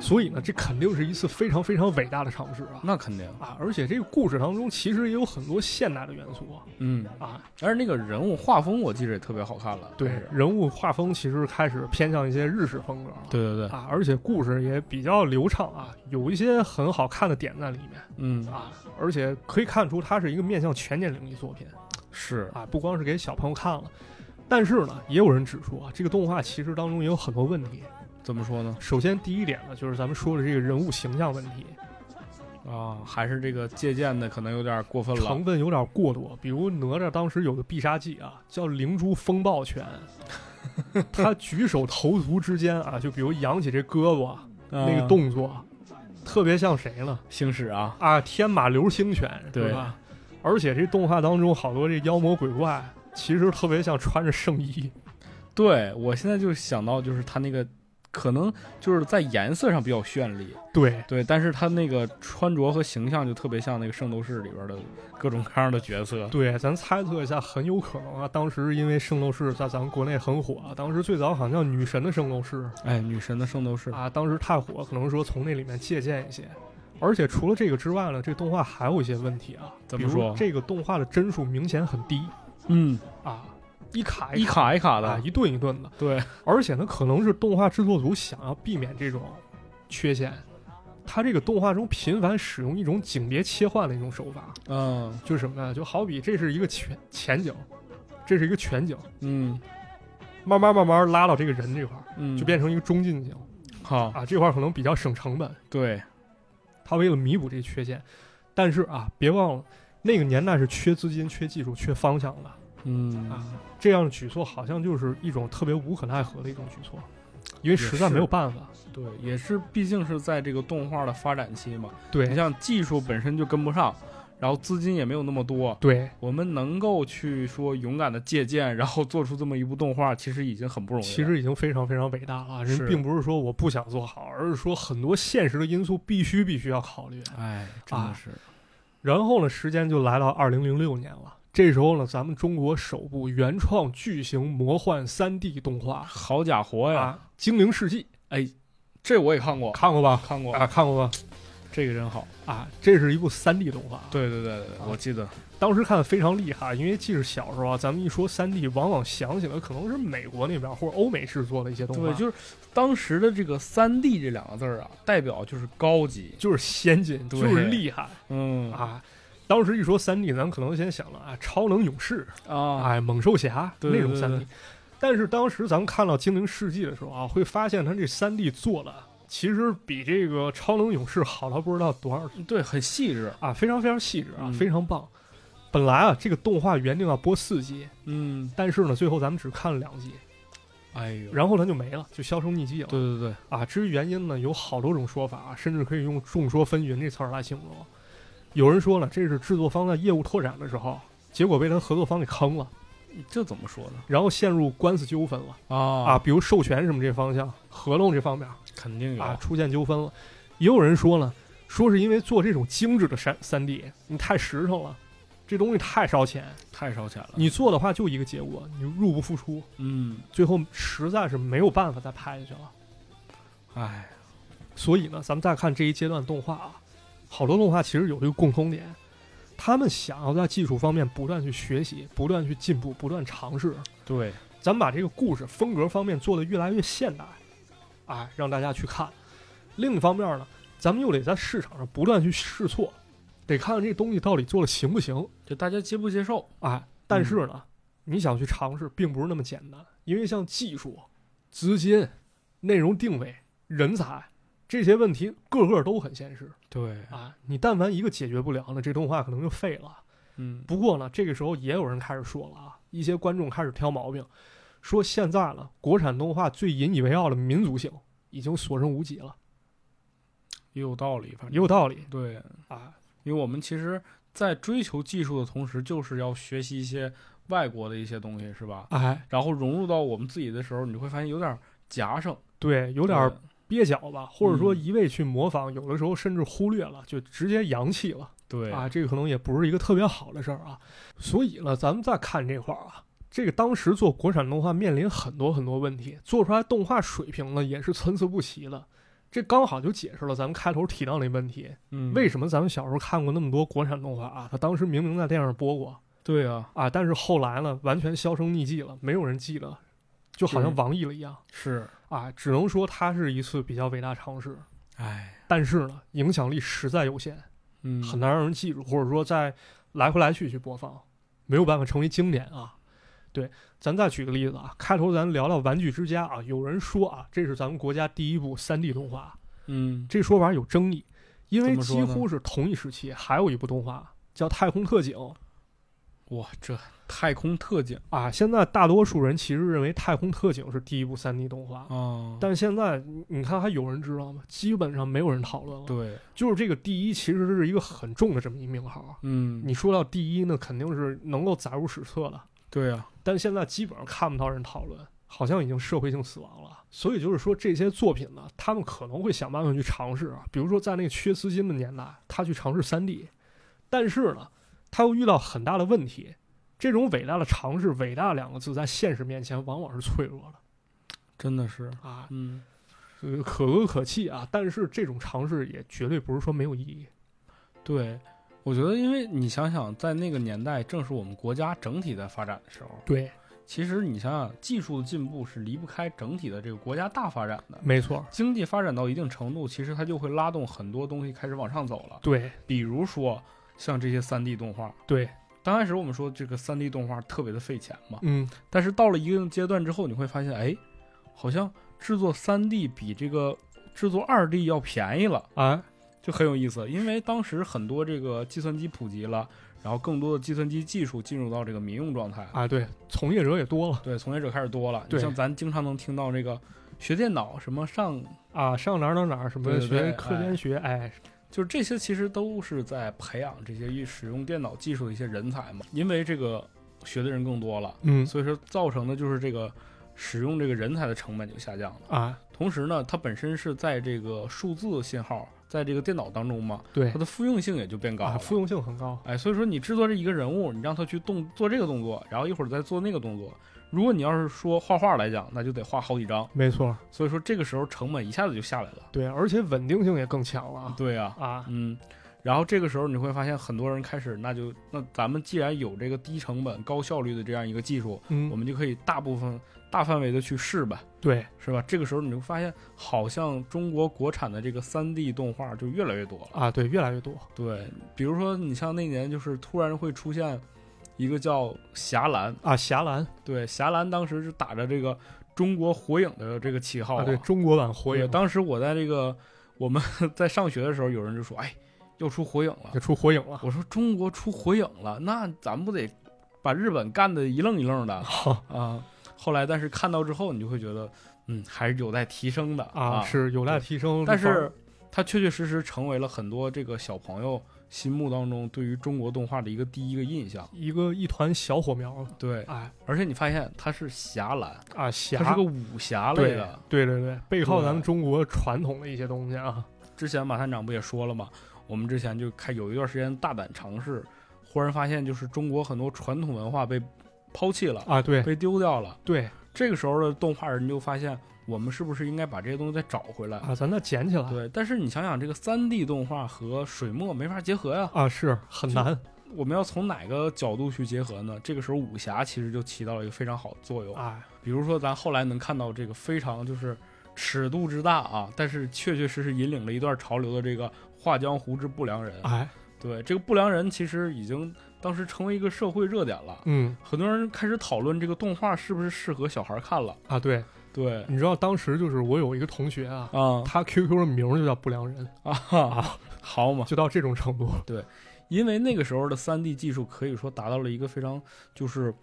S3: 所以呢，这肯定是一次非常非常伟大的尝试啊
S2: 那肯定，
S3: 啊！而且这个故事当中其实也有很多现代的元素啊
S2: 嗯，
S3: 啊，
S2: 而且那个人物画风我记着也特别好看了，
S3: 对
S2: 开始
S3: 人物画风其实开始偏向一些日式风格了。
S2: 对对对，
S3: 啊，而且故事也比较流畅啊，有一些很好看的点在里面
S2: 嗯，
S3: 啊，而且可以看出它是一个面向全年龄的作品
S2: 是，
S3: 啊，不光是给小朋友看了。但是呢，也有人指出啊，这个动画其实当中也有很多问题。
S2: 怎么说呢？
S3: 首先，第一点呢，就是咱们说的这个人物形象问题，
S2: 啊，还是这个借鉴的可能有点过分了
S3: 成，分有点过多。比如哪吒当时有个必杀技啊，叫灵珠风
S2: <laughs>
S3: 暴拳，他举手投足之间啊，就比如扬起这胳膊啊那个
S2: 啊
S3: 动作，特别像谁呢？
S2: 星矢啊，
S3: 啊，天马流星拳，
S2: 对
S3: 是吧？而且这动画当中好多这妖魔鬼怪，其实特别像穿着圣衣，
S2: 对我现在就想到就是他那个。可能就是在颜色上比较绚丽，
S3: 对
S2: 对，但是他那个穿着和形象就特别像那个《圣斗士》里边的各种各样的角色。
S3: 对，咱猜测一下，很有可能啊，当时因为圣斗士在咱们国内很火啊，当时最早好像叫女神的圣斗士
S2: 哎，女神的圣斗士，
S3: 啊，当时太火，可能说从那里面借鉴一些。而且除了这个之外呢，这动画还有一些问题啊，
S2: 怎
S3: 比
S2: 么
S3: 如
S2: 说
S3: 这个动画的帧数明显很低
S2: 嗯，
S3: 啊，一卡
S2: 一
S3: 卡
S2: 卡一卡
S3: 啊，
S2: 的，
S3: 一顿一顿的，
S2: 对，
S3: 而且呢，可能是动画制作组想要避免这种缺陷，它这个动画中频繁使用一种景别切换的一种手法，
S2: 嗯
S3: 就是什么呢？就好比这是一个全前景，这是一个全景，
S2: 嗯
S3: 慢慢慢慢拉到这个人这块儿，
S2: 嗯，
S3: 就变成一个中近景
S2: 好，
S3: 啊，这块儿可能比较省成本。
S2: 对，
S3: 它为了弥补这缺陷，但是啊，别忘了那个年代是缺资金、缺技术、缺方向的
S2: 嗯，
S3: 啊，这样的举措好像就是一种特别无可奈何的一种举措，因为实在没有办法。
S2: 对，也是，毕竟是在这个动画的发展期嘛，
S3: 对
S2: 你，像技术本身就跟不上，然后资金也没有那么多，
S3: 对
S2: 我们能够去说勇敢的借鉴，然后做出这么一部动画，其实已经很不容易了。
S3: 其实已经非常非常伟大了啊。人
S2: 是
S3: 并不是说我不想做好，而是说很多现实的因素必须必须要考虑。
S2: 哎，真
S3: 啊
S2: 的是，
S3: 然后呢，时间就来到二零零六年了。这时候呢，咱们中国首部原创巨型魔幻三 D 动画
S2: 好家伙哎呀，哎
S3: 啊，《精灵世纪
S2: 这我也看过》，，
S3: 看过吧？
S2: 看过，
S3: 啊，看过吧？
S2: 这个真好。啊
S3: 啊，这是一部三 D 动画。，啊
S2: 对对对对，我记得，
S3: 当时看非常厉害，因为记着小时候啊，咱们一说三 D，往往想起来可能是美国那边或者欧美制作的一些动画，
S2: 对，就是当时的这个“三 D” 这两个字儿啊，代表就是高级，
S3: 就是先进，
S2: 对
S3: 就是厉害。
S2: 嗯
S3: 啊，当时一说三 D，咱可能先想了啊，超能勇士，
S2: 啊，
S3: 哎，猛兽侠
S2: 对对
S3: 那种
S2: 对
S3: 三
S2: 对
S3: D。但是当时咱们看到《精灵世纪》的时候啊，会发现它这三 D 做的其实比这个超能勇士好到不知道多少
S2: 对，很细致，
S3: 啊，非常非常细致啊，
S2: 嗯
S3: 非常棒。本来啊，这个动画原定要播四集，
S2: 嗯，
S3: 但是呢，最后咱们只看了两集，
S2: 哎呦，
S3: 然后它就没了，就销声匿迹了。
S2: 对对对，
S3: 啊，至于原因呢，有好多种说法啊，甚至可以用“众说纷纭”这词儿来形容。有人说了，这是制作方在业务拓展的时候，结果被他合作方给坑了，
S2: 这怎么说呢？
S3: 然后陷入官司纠纷了
S2: 啊
S3: 啊，比如授权什么这方向、合同这方面
S2: 肯定有
S3: 啊，出现纠纷了。也有人说了，说是因为做这种精致的三三 D，你太实诚了，这东西太烧钱，
S2: 太烧钱了，
S3: 你做的话就一个结果，你入不敷出，
S2: 嗯，
S3: 最后实在是没有办法再拍下去了。
S2: 哎，
S3: 所以呢，咱们再看这一阶段动画啊，好多动画其实有一个共通点，他们想要在技术方面不断去学习，不断去进步，不断尝试。
S2: 对，
S3: 咱们把这个故事风格方面做得越来越现代，哎，让大家去看。另一方面呢，咱们又得在市场上不断去试错，得看看这东西到底做的行不行，
S2: 就大家接不接受？
S3: 哎。但是呢，你想去尝试，并不是那么简单，因为像技术、资金、内容定位、人才这些问题，个个都很现实。
S2: 对，
S3: 啊，你但凡一个解决不了呢，这动画可能就废了。
S2: 嗯，
S3: 不过呢，这个时候也有人开始说了啊，一些观众开始挑毛病，说现在呢，国产动画最引以为傲的民族性已经所剩无几了，
S2: 也有道理，反
S3: 也
S2: 正
S3: 有道理
S2: 对，
S3: 啊。
S2: 因为我们其实，在追求技术的同时，就是要学习一些外国的一些东西，是吧？
S3: 哎，
S2: 然后融入到我们自己的时候，你就会发现有点夹生，
S3: 对，有点儿
S2: 对
S3: 蹩脚吧，或者说
S2: 嗯
S3: 一味去模仿，有的时候甚至忽略了，就直接洋气了
S2: 对
S3: 啊，这个可能也不是一个特别好的事儿啊。所以呢，咱们再看这块儿啊，这个当时做国产动画面临很多很多问题，做出来动画水平呢也是参差不齐的。这刚好就解释了咱们开头提到那问题，
S2: 嗯，
S3: 为什么咱们小时候看过那么多国产动画啊？它当时明明在电视上播过
S2: 对啊，
S3: 啊，但是后来呢，完全销声匿迹了，没有人记得，就好像
S2: 对
S3: 王毅了一样。
S2: 是，
S3: 啊，只能说它是一次比较伟大尝试，
S2: 哎，
S3: 但是呢，影响力实在有限，
S2: 嗯，
S3: 很难让人记住，或者说在来回来去去播放，没有办法成为经典啊。对，咱再举个例子啊，开头咱聊聊《玩具之家》啊，有人说啊，这是咱们国家第一部 3D 动画，
S2: 嗯，
S3: 这说法有争议，因为
S2: 怎么说
S3: 几
S2: 呢
S3: 乎是同一时期还有一部动画叫《太空特警》
S2: 哇，这太空特警
S3: 啊，现在大多数人其实认为《太空特警》是第一部 3D 动画。
S2: 啊，
S3: 但现在你你看还有人知道吗？基本上没有人讨论了。
S2: 对，
S3: 就是这个第一其实是一个很重的这么一名号。
S2: 嗯，
S3: 你说到第一，那肯定是能够载入史册的，
S2: 对啊，
S3: 但现在基本上看不到人讨论，好像已经社会性死亡了。所以就是说，这些作品呢，他们可能会想办法去尝试啊，比如说在那个缺资金的年代，他去尝试三 D，但是呢，他又遇到很大的问题。这种伟大的尝试，“伟大”两个字在现实面前往往是脆弱
S2: 真的是，
S3: 的啊，
S2: 嗯，
S3: 呃可歌可泣啊。但是这种尝试也绝对不是说没有意义。
S2: 对，我觉得，因为你想想，在那个年代，正是我们国家整体在发展的时候，
S3: 对，
S2: 其实你想想，技术的进步是离不开整体的这个国家大发展的。
S3: 没错，
S2: 经济发展到一定程度，其实它就会拉动很多东西开始往上走了。
S3: 对。
S2: 比如说像这些 3D 动画，
S3: 对，
S2: 刚开始我们说这个 3D 动画特别的费钱嘛，
S3: 嗯，
S2: 但是到了一定阶段之后，你会发现，哎，好像制作 3D 比这个制作 2D 要便宜了，
S3: 啊，
S2: 就很有意思。因为当时很多这个计算机普及了，然后更多的计算机技术进入到这个民用状态了，
S3: 啊，对，从业者也多了
S2: 对，从业者开始多了。你
S3: 对
S2: 像咱经常能听到这个学电脑什么上
S3: 啊，上哪儿哪儿哪儿什么
S2: 对对
S3: 学
S2: 对
S3: 科
S2: 哎
S3: 研学，哎，
S2: 就是这些其实都是在培养这些一使用电脑技术的一些人才嘛，因为这个学的人更多了，
S3: 嗯
S2: 所以说造成的就是这个使用这个人才的成本就下降了。
S3: 啊，
S2: 同时呢，它本身是在这个数字信号在这个电脑当中嘛，
S3: 对
S2: 它，的复用性也就变高
S3: 啊，
S2: 了。
S3: 复用性很高，
S2: 哎，所以说你制作这一个人物，你让他去动做这个动作，然后一会儿再做那个动作。如果你要是说画画来讲，那就得画好几张，
S3: 没错，
S2: 所以说这个时候成本一下子就下来了。
S3: 对，而且稳定性也更强了
S2: 对呀、
S3: 啊，
S2: 嗯，然后这个时候你会发现很多人开始，那就那咱们既然有这个低成本高效率的这样一个技术，我
S3: 嗯，
S2: 们就可以大部分大范围的去试吧，
S3: 对，
S2: 是吧？这个时候你就发现，好像中国国产的这个三 D 动画就越来越多了。
S3: 啊，对，越来越多
S2: 对，比如说你像那年就是突然会出现一个叫《侠岚》，
S3: 啊，侠岚
S2: 对，《侠岚》当时是打着这个中国火影的这个旗号、
S3: 啊，对，中国版火
S2: 哦对
S3: 影，
S2: 当时我在这个我们 <laughs> 在上学的时候，有人就说：“哎，又出火影了。”
S3: 就出火
S2: <laughs>
S3: 影了，
S2: 我说中国出火影了，那咱们不得把日本干得一愣一愣的啊、
S3: 好
S2: 后来，但是看到之后，你就会觉得，嗯，还是有待提升的
S3: 啊，是有待
S2: 对
S3: 提升，
S2: 但是它确确实实成为了很多这个小朋友心目当中对于中国动画的一个第一个印象。
S3: 一个一团小火苗，
S2: 对，
S3: 哎
S2: 而且你发现它是侠岚，
S3: 啊，侠
S2: 它是个武侠类
S3: 对
S2: 的。
S3: 对对对，背靠咱们
S2: 对
S3: 中国传统的一些东西啊，
S2: 之前马探长不也说了吗？我们之前就开有一段时间大胆尝试，忽然发现就是中国很多传统文化被抛弃了，
S3: 啊，对
S2: 被丢掉了。
S3: 对
S2: 这个时候的动画人就发现，我们是不是应该把这些东西再找回来？
S3: 啊，咱再捡起来
S2: 对，但是你想想，这个三 D 动画和水墨没法结合呀、
S3: 啊，是很
S2: 就
S3: 难。
S2: 我们要从哪个角度去结合呢？这个时候武侠其实就起到了一个非常好的作用。
S3: 啊，
S2: 比如说，咱后来能看到这个非常就是尺度之大啊，但是确确实实引领了一段潮流的这个“画江湖之不良人”。
S3: 哎，
S2: 对，这个不良人其实已经当时成为一个社会热点了，
S3: 嗯，
S2: 很多人开始讨论这个动画是不是适合小孩看了。
S3: 啊，对，
S2: 对，
S3: 你知道当时就是我有一个同学啊，
S2: 啊、
S3: 他 QQ 的名儿就叫不良人，
S2: 啊，好嘛！
S3: 就到这种程度了
S2: 因为那个时候的三 D 技术可以说达到了一个非常就是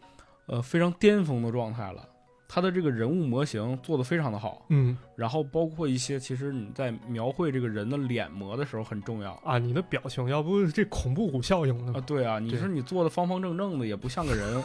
S2: 呃非常巅峰的状态了。它的这个人物模型做得非常的好，
S3: 嗯
S2: 然后包括一些其实你在描绘这个人的脸模的时候很重要
S3: <laughs> 啊，你的表情，要不这恐怖谷效应
S2: 啊。
S3: 呢？
S2: 对啊，你
S3: 嗯对
S2: 说你做的方方正正的，也不像个人，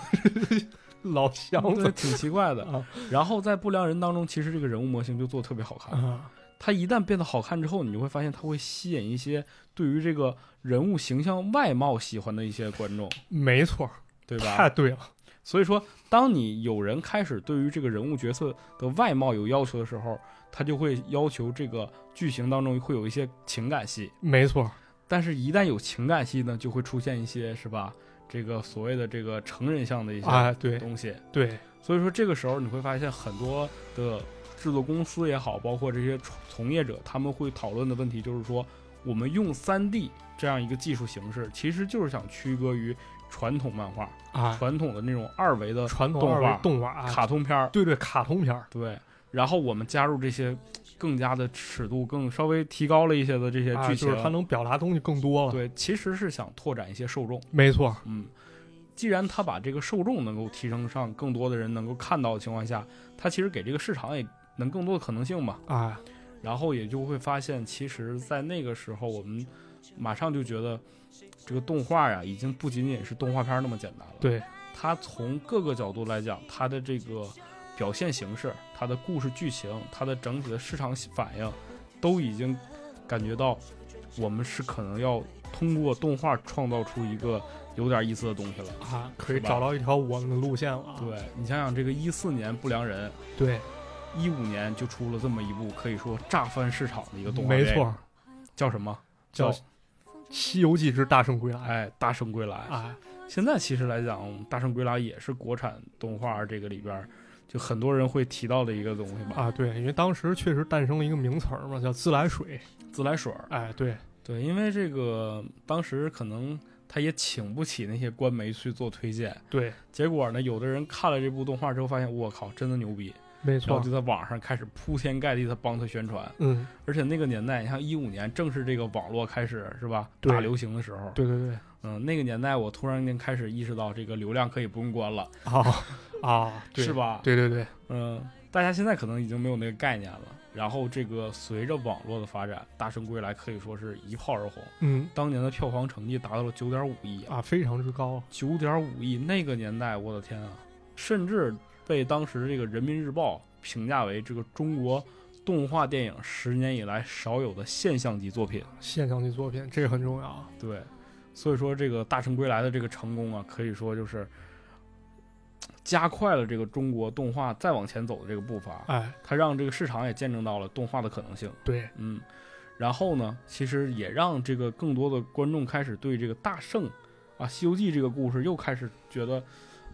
S3: 老乡
S2: 对，
S3: 子
S2: 挺奇怪的。
S3: 啊
S2: <laughs> 然后在不良人当中，其实这个人物模型就做得特别好看。
S3: 啊，
S2: 它一旦变得好看之后，你就会发现它会吸引一些对于这个人物形象外貌喜欢的一些观众，
S3: 没错，
S2: 对
S3: <laughs>
S2: 吧？
S3: 太对了，
S2: 所以说，当你有人开始对于这个人物角色的外貌有要求的时候，他就会要求这个剧情当中会有一些情感戏。
S3: 没错，
S2: 但是，一旦有情感戏呢，就会出现一些是吧？这个所谓的这个成人向的一些
S3: 哎，对
S2: 东西。
S3: 对，
S2: 所以说，这个时候你会发现很多的制作公司也好，包括这些从从业者，他们会讨论的问题就是说，我们用 3D 这样一个技术形式，其实就是想区隔于传统漫画、
S3: 啊，
S2: 传统的那种二维的
S3: 传统
S2: 动
S3: 二
S2: 画
S3: 维动画，啊
S2: 卡通片儿，
S3: 对对，卡通片儿，
S2: 对，然后我们加入这些更加的尺度更稍微提高了一些的这些
S3: 啊
S2: 剧
S3: 就
S2: 情，
S3: 是它能表达东西更多了，
S2: 对，其实是想拓展一些受众，
S3: 没错，
S2: 嗯。既然他把这个受众能够提升上，更多的人能够看到的情况下，他其实给这个市场也能更多的可能性吧。
S3: 啊，
S2: 然后也就会发现，其实，在那个时候，我们马上就觉得这个动画呀，已经不仅仅是动画片儿那么简单了。
S3: 对，
S2: 它从各个角度来讲，它的这个表现形式、它的故事剧情、它的整体的市场反应，都已经感觉到我们是可能要通过动画创造出一个有点意思的东西了。
S3: 啊，可以
S2: 是吧
S3: 找到一条我们的路线了啊，
S2: 对你想想，这个一四年《不良人》，
S3: 对，
S2: 一五年就出了这么一部可以说炸翻市场的一个动画
S3: 没
S2: 电影
S3: 错，，
S2: 叫什么？
S3: 叫
S2: 叫
S3: 《西游记之大圣归来
S2: 哎，《大圣归来》》
S3: 啊，
S2: 现在其实来讲，《大圣归来》也是国产动画这个里边儿，就很多人会提到的一个东西吧。
S3: 啊，对，因为当时确实诞生了一个名词儿嘛，叫自来水。
S2: 自来水儿，
S3: 哎，对，
S2: 对，因为这个当时可能他也请不起那些官媒去做推荐，
S3: 对，
S2: 结果呢，有的人看了这部动画之后发现，我靠，真的牛逼，
S3: 没
S2: 然
S3: 错
S2: 后。就在网上开始铺天盖地的帮他宣传。
S3: 嗯，
S2: 而且那个年代，你像一五年，正是这个网络开始是吧
S3: 对
S2: 大流行的时候。
S3: 对对对，
S2: 嗯，那个年代我突然间开始意识到，这个流量可以不用关了，
S3: 啊
S2: <laughs>
S3: 啊，对
S2: 是？吧？
S3: 对对对，
S2: 嗯，大家现在可能已经没有那个概念了。然后这个随着网络的发展，《大圣归来》可以说是一炮而红，
S3: 嗯
S2: 当年的票房成绩达到了九点五亿啊，
S3: 啊，非常之高
S2: 九点五亿，那个年代我的天啊，甚至被当时这个《人民日报》评价为这个中国动画电影十年以来少有的现象级作品。
S3: 现象级作品，这个很重要啊。
S2: 对，所以说这个《大圣归来》的这个成功啊，可以说就是加快了这个中国动画再往前走的这个步伐。
S3: 哎，
S2: 它让这个市场也见证到了动画的可能性，
S3: 对，
S2: 嗯，然后呢，其实也让这个更多的观众开始对这个大圣啊《西游记》这个故事又开始觉得，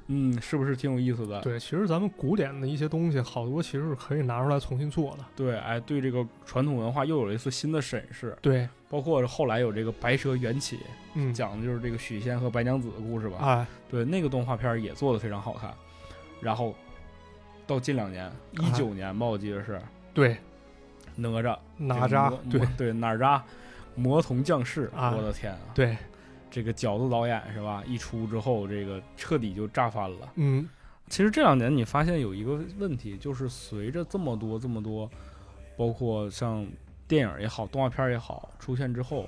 S2: 嗯，是不是挺有意思的？
S3: 对，其实咱们古典的一些东西，好多其实是可以拿出来重新做的。
S2: 对哎，对这个传统文化又有了一次新的审视，
S3: 对，
S2: 包括后来有这个《白蛇缘起》，
S3: 嗯，
S2: 讲的就是这个许仙和白娘子的故事吧？
S3: 哎，
S2: 对，那个动画片儿也做得非常好看。然后到近两年，一
S3: 啊
S2: 九年吧，我记得是
S3: 对，
S2: 哪吒
S3: 哪
S2: 这个
S3: 吒
S2: 魔，
S3: 对
S2: 魔对哪吒，魔童降世，
S3: 啊
S2: 我的天啊！
S3: 对，
S2: 这个饺子导演是吧？一出之后，这个彻底就炸翻了。
S3: 嗯，
S2: 其实这两年你发现有一个问题，就是随着这么多这么多，包括像电影也好，动画片也好出现之后，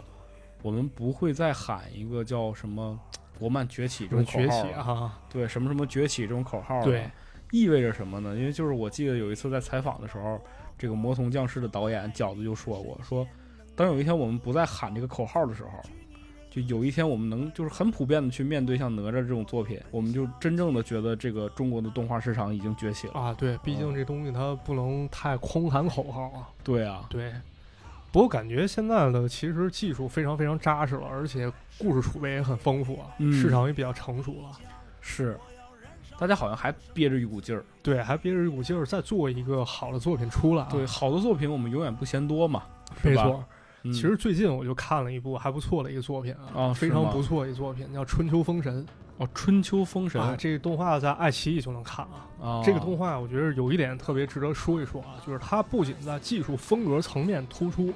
S2: 我们不会再喊一个叫什么“国漫崛起”这
S3: 我们
S2: 种口
S3: 崛
S2: 号
S3: 起
S2: 了，
S3: 啊，
S2: 对什么什么崛起这种口号了，
S3: 对，
S2: 意味着什么呢？因为就是我记得有一次在采访的时候，这个《魔童降世》的导演饺子就说过，说当有一天我们不再喊这个口号的时候，就有一天我们能就是很普遍的去面对像哪吒这种作品，我们就真正的觉得这个中国的动画市场已经崛起了。
S3: 啊，对，毕竟
S2: 嗯
S3: 这东西它不能太空喊口号啊。
S2: 对啊，
S3: 对，不过感觉现在的其实技术非常非常扎实了，而且故事储备也很丰富啊，
S2: 嗯
S3: 市场也比较成熟了。
S2: 是，大家好像还憋着一股劲儿。
S3: 对，还憋着一股劲儿再做一个好的作品出来、啊。
S2: 对，，好的作品我们永远不嫌多嘛。
S3: 没
S2: 是吧
S3: 错。
S2: 嗯
S3: 其实最近我就看了一部还不错的一个作品
S2: 啊
S3: 非
S2: 是
S3: 常
S2: 吗
S3: 不错一作品，叫《春秋封神》
S2: 哦，《春秋封神》
S3: 啊。这个动画在爱奇艺就能看啊。
S2: 啊
S3: 这个动画我觉得有一点特别值得说一说啊，就是它不仅在技术风格层面突出，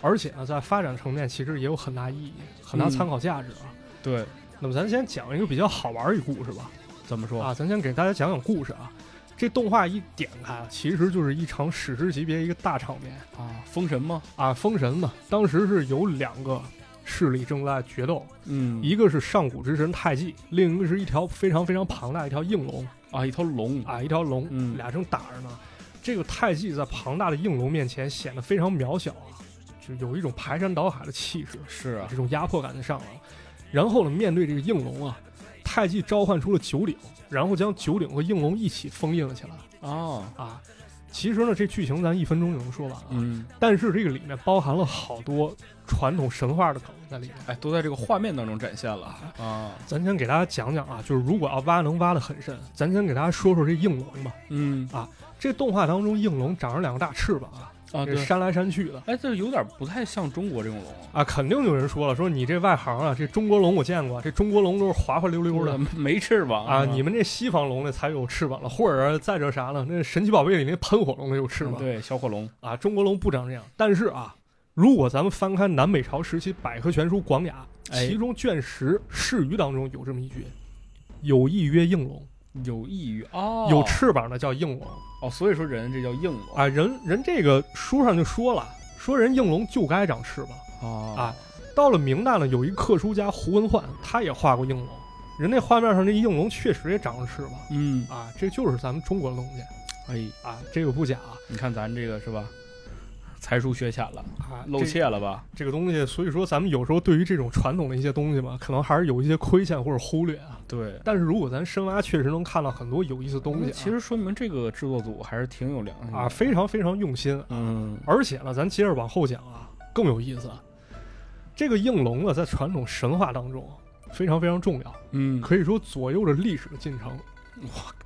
S3: 而且呢在发展层面其实也有很大意义、很大
S2: 嗯
S3: 参考价值啊。
S2: 对
S3: 那么咱先讲一个比较好玩儿一故事吧。
S2: 怎么说？
S3: 啊，咱先给大家讲讲故事啊。这动画一点开啊，其实就是一场史诗级别一个大场面
S2: 啊，封神吗？
S3: 啊！封神嘛，当时是有两个势力正在决斗，
S2: 嗯，
S3: 一个是上古之神太极，另一个是一条非常非常庞大的一条应龙
S2: 啊，一头龙，
S3: 啊，一条龙，
S2: 嗯
S3: 俩正打着呢。这个太极在庞大的应龙面前显得非常渺小啊，就有一种排山倒海的气势。
S2: 是啊
S3: 这，种压迫感就上来了。然后呢，面对这个应龙啊，太极召唤出了九鼎，然后将九鼎和应龙一起封印了起来
S2: 啊，
S3: 啊。其实呢，这剧情咱一分钟就能说完了，
S2: 嗯，
S3: 但是这个里面包含了好多传统神话的梗在里面。
S2: 哎，都在这个画面当中展现了啊，
S3: 咱先给大家讲讲啊，就是如果要挖能挖得很深，咱先给大家说说这应龙吧。
S2: 嗯
S3: 这动画当中，应龙长着两个大翅膀啊，
S2: 啊，
S3: 这
S2: 对，
S3: 扇来扇去的
S2: 哎，这有点不太像中国这种龙，
S3: 啊，肯定有人说了，说你这外行啊，这中国龙我见过，这中国龙都是滑滑溜溜的，
S2: 没翅膀
S3: 啊，你们这西方龙的才有翅膀了，或者再这啥呢？那神奇宝贝里那喷火龙的有翅膀、
S2: 嗯对小火龙，
S3: 啊，中国龙不长这样。但是啊，如果咱们翻开南北朝时期百科全书《广雅》，
S2: 哎
S3: 其中卷十《释鱼》当中有这么一句：“有翼曰应龙，
S2: 有异于哦，
S3: 有翅膀的叫应龙。
S2: 哦，所以说人这叫硬龙
S3: 啊，人人这个书上就说了，说人应龙就该长翅膀。
S2: 啊
S3: 啊到了明代呢，有一刻书家胡文焕，他也画过应龙，人那画面上那应龙确实也长着翅膀
S2: 嗯，
S3: 啊，这就是咱们中国的东西。
S2: 哎，
S3: 啊，这个不假啊
S2: 你看咱这个是吧？才疏学浅了，
S3: 啊，
S2: 露怯了吧？
S3: 这、这个东西，所以说咱们有时候对于这种传统的一些东西嘛，可能还是有一些亏欠或者忽略啊。
S2: 对，
S3: 但是如果咱深挖，确实能看到很多有意思的东西、啊，
S2: 嗯其实说明这个制作组还是挺有良心的
S3: 啊，非常非常用心。
S2: 嗯
S3: 而且呢，咱接着往后讲啊，更有意思。啊。这个应龙呢，在传统神话当中啊非常非常重要，
S2: 嗯，
S3: 可以说左右着历史的进程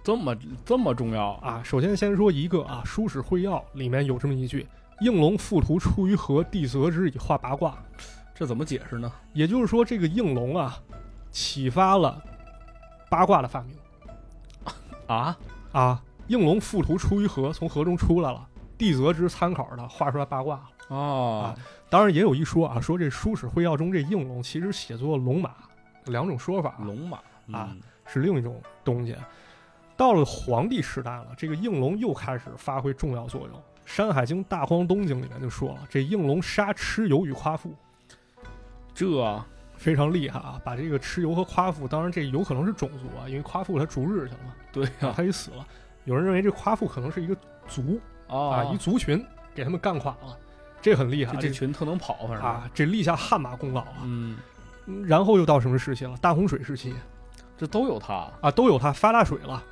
S2: 这么这么重要啊？
S3: 啊。首先先说一个啊，《苏史会要》里面有这么一句：“应龙附图出于河，地则之以画八卦。”
S2: 这怎么解释呢？
S3: 也就是说，这个应龙啊，启发了八卦的发明
S2: 啊，
S3: 啊。应龙附图出于河，从河中出来了，地泽之参考他画出来八卦了。
S2: 哦，
S3: 当然也有一说啊，说这《苏史会要》中这应龙其实写作龙马，两种说法，
S2: 龙马嗯
S3: 啊，是另一种东西。到了黄帝时代了，这个应龙又开始发挥重要作用。《山海经·大荒东经》里面就说了，这应龙杀蚩尤与夸父，
S2: 这啊
S3: 非常厉害啊！把这个蚩尤和夸父，当然这有可能是种族啊，因为夸父他逐日去了嘛，
S2: 对啊呀
S3: 他也死了。有人认为这夸父可能是一个族啊，
S2: 啊
S3: 一，族群给他们干垮了，这很厉害
S2: 这
S3: 啊。
S2: 这群特能跑，反正
S3: 啊，这立下汗马功劳啊。
S2: 嗯，
S3: 然后又到什么时期了？大洪水时期
S2: 这都有他
S3: 啊，都有他发大水了。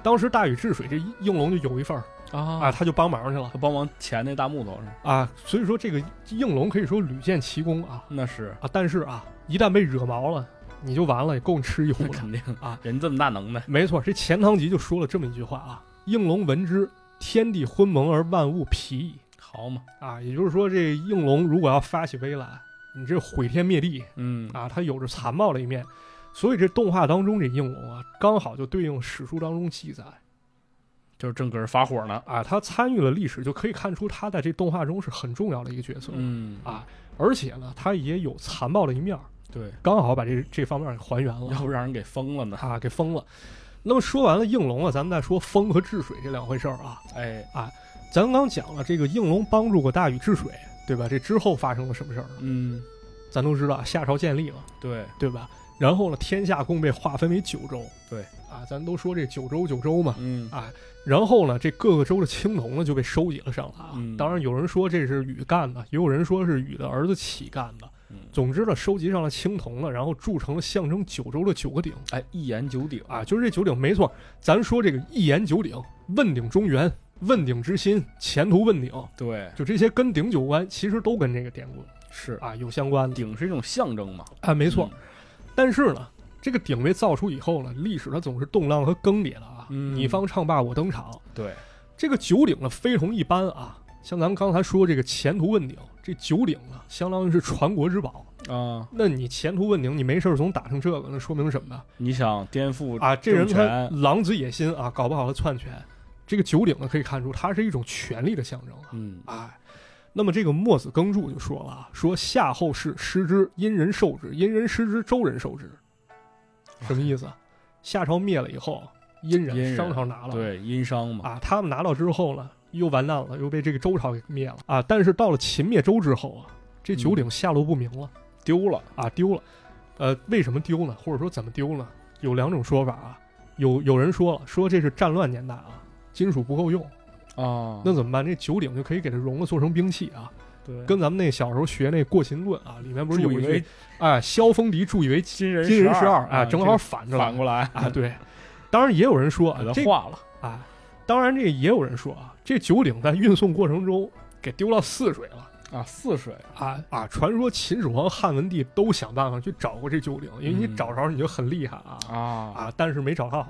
S3: 当时大禹治水，这应龙就有一份儿啊，
S2: 啊，
S3: 他就帮忙去了
S2: 他帮忙前那大木头是？
S3: 啊。所以说这个应龙可以说屡建奇功啊
S2: 那是，
S3: 啊，但是啊，一旦被惹毛了，你就完了，也够你吃一壶
S2: 那
S3: 了。
S2: <laughs> 肯定
S3: 啊，
S2: 人这么大能耐，
S3: 没错，这钱塘集就说了这么一句话啊：“应龙闻之，天地昏蒙而万物疲矣。
S2: 好嘛，”
S3: 啊，也就是说，这应龙如果要发起威来，你这毁天灭地
S2: 嗯
S3: 啊，它有着残暴的一面。所以这动画当中这应龙啊，刚好就对应史书当中记载
S2: 就是正搁这发火呢，
S3: 啊，它参与了历史，就可以看出它在这动画中是很重要的一个角色。
S2: 嗯
S3: 啊而且呢，它也有残暴的一面儿，
S2: 对，
S3: 刚好把这这方面给还原了
S2: 要不让人给封了呢，
S3: 啊，给封了。那么说完了应龙啊，咱们再说风和治水这两回事儿啊。
S2: 哎，
S3: 咱刚讲了这个应龙帮助过大禹治水，对吧？这之后发生了什么事儿呢？
S2: 嗯，
S3: 咱都知道夏朝建立了，
S2: 对，
S3: 对吧？然后呢，天下共被划分为九州。
S2: 对
S3: 啊，咱都说这九州九州嘛。
S2: 嗯
S3: 然后呢，这各个州的青铜呢就被收集了上来啊。
S2: 嗯
S3: 当然，有人说这是禹干的，也有人说是禹的儿子启干的。
S2: 嗯
S3: 总之呢，收集上了青铜了，然后铸成了象征九州的九个鼎
S2: 哎，一言九鼎
S3: 啊，就是这九鼎没错。咱说这个一言九鼎，问鼎中原，问鼎之心，前途问鼎。
S2: 对，
S3: 就这些跟鼎有关，其实都跟这个典故
S2: 是嗯
S3: 啊有相关的
S2: 鼎是一种象征嘛，
S3: 啊，没错。但是呢，这个鼎被造出以后呢，历史它总是动荡和更迭的啊。
S2: 嗯
S3: 你方唱罢我登场，
S2: 嗯，对，
S3: 这个九鼎呢非同一般啊。像咱们刚才说这个前途问鼎，这九鼎呢，相当于是传国之宝。
S2: 啊，
S3: 那你前途问鼎，你没事儿总打成这个，那说明什么呢？
S2: 你想颠覆
S3: 啊，这人
S2: 政
S3: 他
S2: 权
S3: 狼子野心啊，搞不好他篡权。这个九鼎呢，可以看出它是一种权力的象征啊。
S2: 嗯
S3: 哎，那么这个墨子耕助就说了啊，说夏后氏失之，殷人受之；殷人失之，周人受之。什么意思啊？夏朝灭了以后，殷
S2: 殷
S3: 人
S2: 人
S3: 商朝拿了，
S2: 对，殷商嘛，
S3: 啊，他们拿到之后呢，又完蛋了，又被这个周朝给灭了啊。但是到了秦灭周之后啊，这九鼎下落不明了、
S2: 丢了，
S3: 啊，丢了。呃，为什么丢呢？或者说怎么丢呢？有两种说法啊。有有人说了，说这是战乱年代啊，金属不够用，
S2: 啊，
S3: 那怎么办？这九鼎就可以给它熔了，做成兵器啊。
S2: 对，
S3: 跟咱们那小时候学那过秦论啊，里面不是有
S2: 注
S3: 一
S2: 以
S3: 句
S2: 为
S3: 哎，萧风笛助以为
S2: 金人
S3: 金人十二
S2: 啊，
S3: 啊，正好反着来
S2: 反过来
S3: 啊，，对。当然也有人说啊
S2: 把它
S3: 这
S2: 化了，
S3: 啊，当然这也有人说啊，这九鼎在运送过程中给丢到泗水了。
S2: 啊，泗水，
S3: 啊啊！传说秦始皇、汉文帝都想办法去找过这九鼎，因为你
S2: 嗯
S3: 找着你就很厉害啊、
S2: 啊
S3: 啊！但是没找到。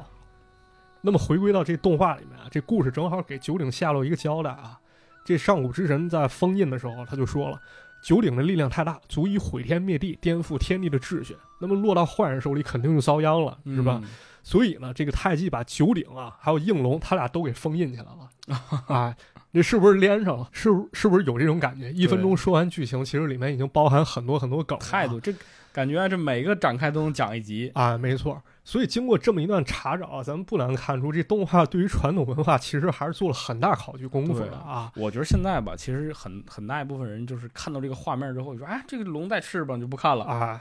S3: 那么回归到这动画里面啊，这故事正好给九鼎下落一个交代啊。这上古之神在封印的时候，他就说了，九鼎的力量太大，足以毁天灭地，颠覆天地的秩序。那么落到坏人手里，肯定就遭殃了，是吧？
S2: 嗯？
S3: 所以呢，这个太极把九鼎啊，还有应龙，他俩都给封印起来了。 <laughs> 啊，这是不是连上了？是不是不是有这种感觉？一分钟说完剧情，其实里面已经包含很多很多梗了啊。
S2: 态度，这感觉这每个展开都能讲一集，
S3: 啊，没错。所以经过这么一段查找啊，咱们不难看出，这动画对于传统文化其实还是做了很大考据功夫
S2: 对
S3: 的啊。
S2: 我觉得现在吧，其实很很大一部分人就是看到这个画面之后，就说哎，这个龙带翅膀就不看了。
S3: 啊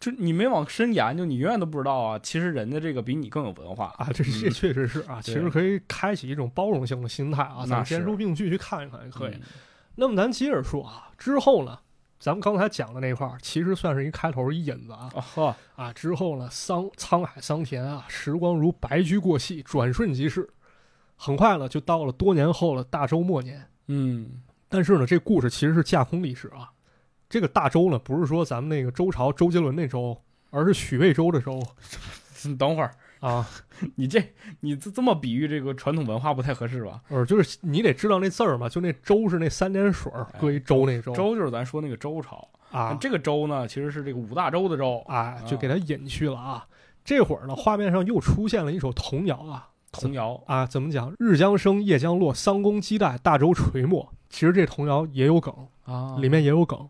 S2: 就你没往深研究，你永远都不知道啊。其实人家这个比你更有文化
S3: 啊，这这
S2: 嗯
S3: 确实是啊，其实
S2: 对
S3: 可以开启一种包容性的心态啊。咱
S2: 那
S3: 们兼
S2: 是
S3: 收并蓄去看一看也可以。
S2: 嗯
S3: 那么咱接着说啊，之后呢，咱们刚才讲的那块儿，其实算是一开头一引子啊
S2: 啊呵，
S3: 啊。之后呢，桑沧海桑田啊，时光如白驹过隙，转瞬即逝。很快呢，就到了多年后了，大周末年。
S2: 嗯，
S3: 但是呢，这故事其实是架空历史啊。这个大周呢，不是说咱们那个周朝周杰伦那周，而是许魏周的周
S2: 你等会儿，
S3: 啊。
S2: 你这你这这么比喻这个传统文化不太合适吧？
S3: 呃，就是你得知道那字儿嘛，就那周是那三点水儿搁一周那哎周
S2: 周就是咱说那个周朝，
S3: 啊。
S2: 这个周呢其实是这个五大洲的周，
S3: 啊，就
S2: 啊
S3: 给它隐去了啊。这会儿呢，画面上又出现了一首童谣啊
S2: 童谣
S3: 啊，怎么讲？日将升，夜将落，桑弓击带，大周垂没。其实这童谣也有梗，
S2: 啊
S3: 里面也有梗。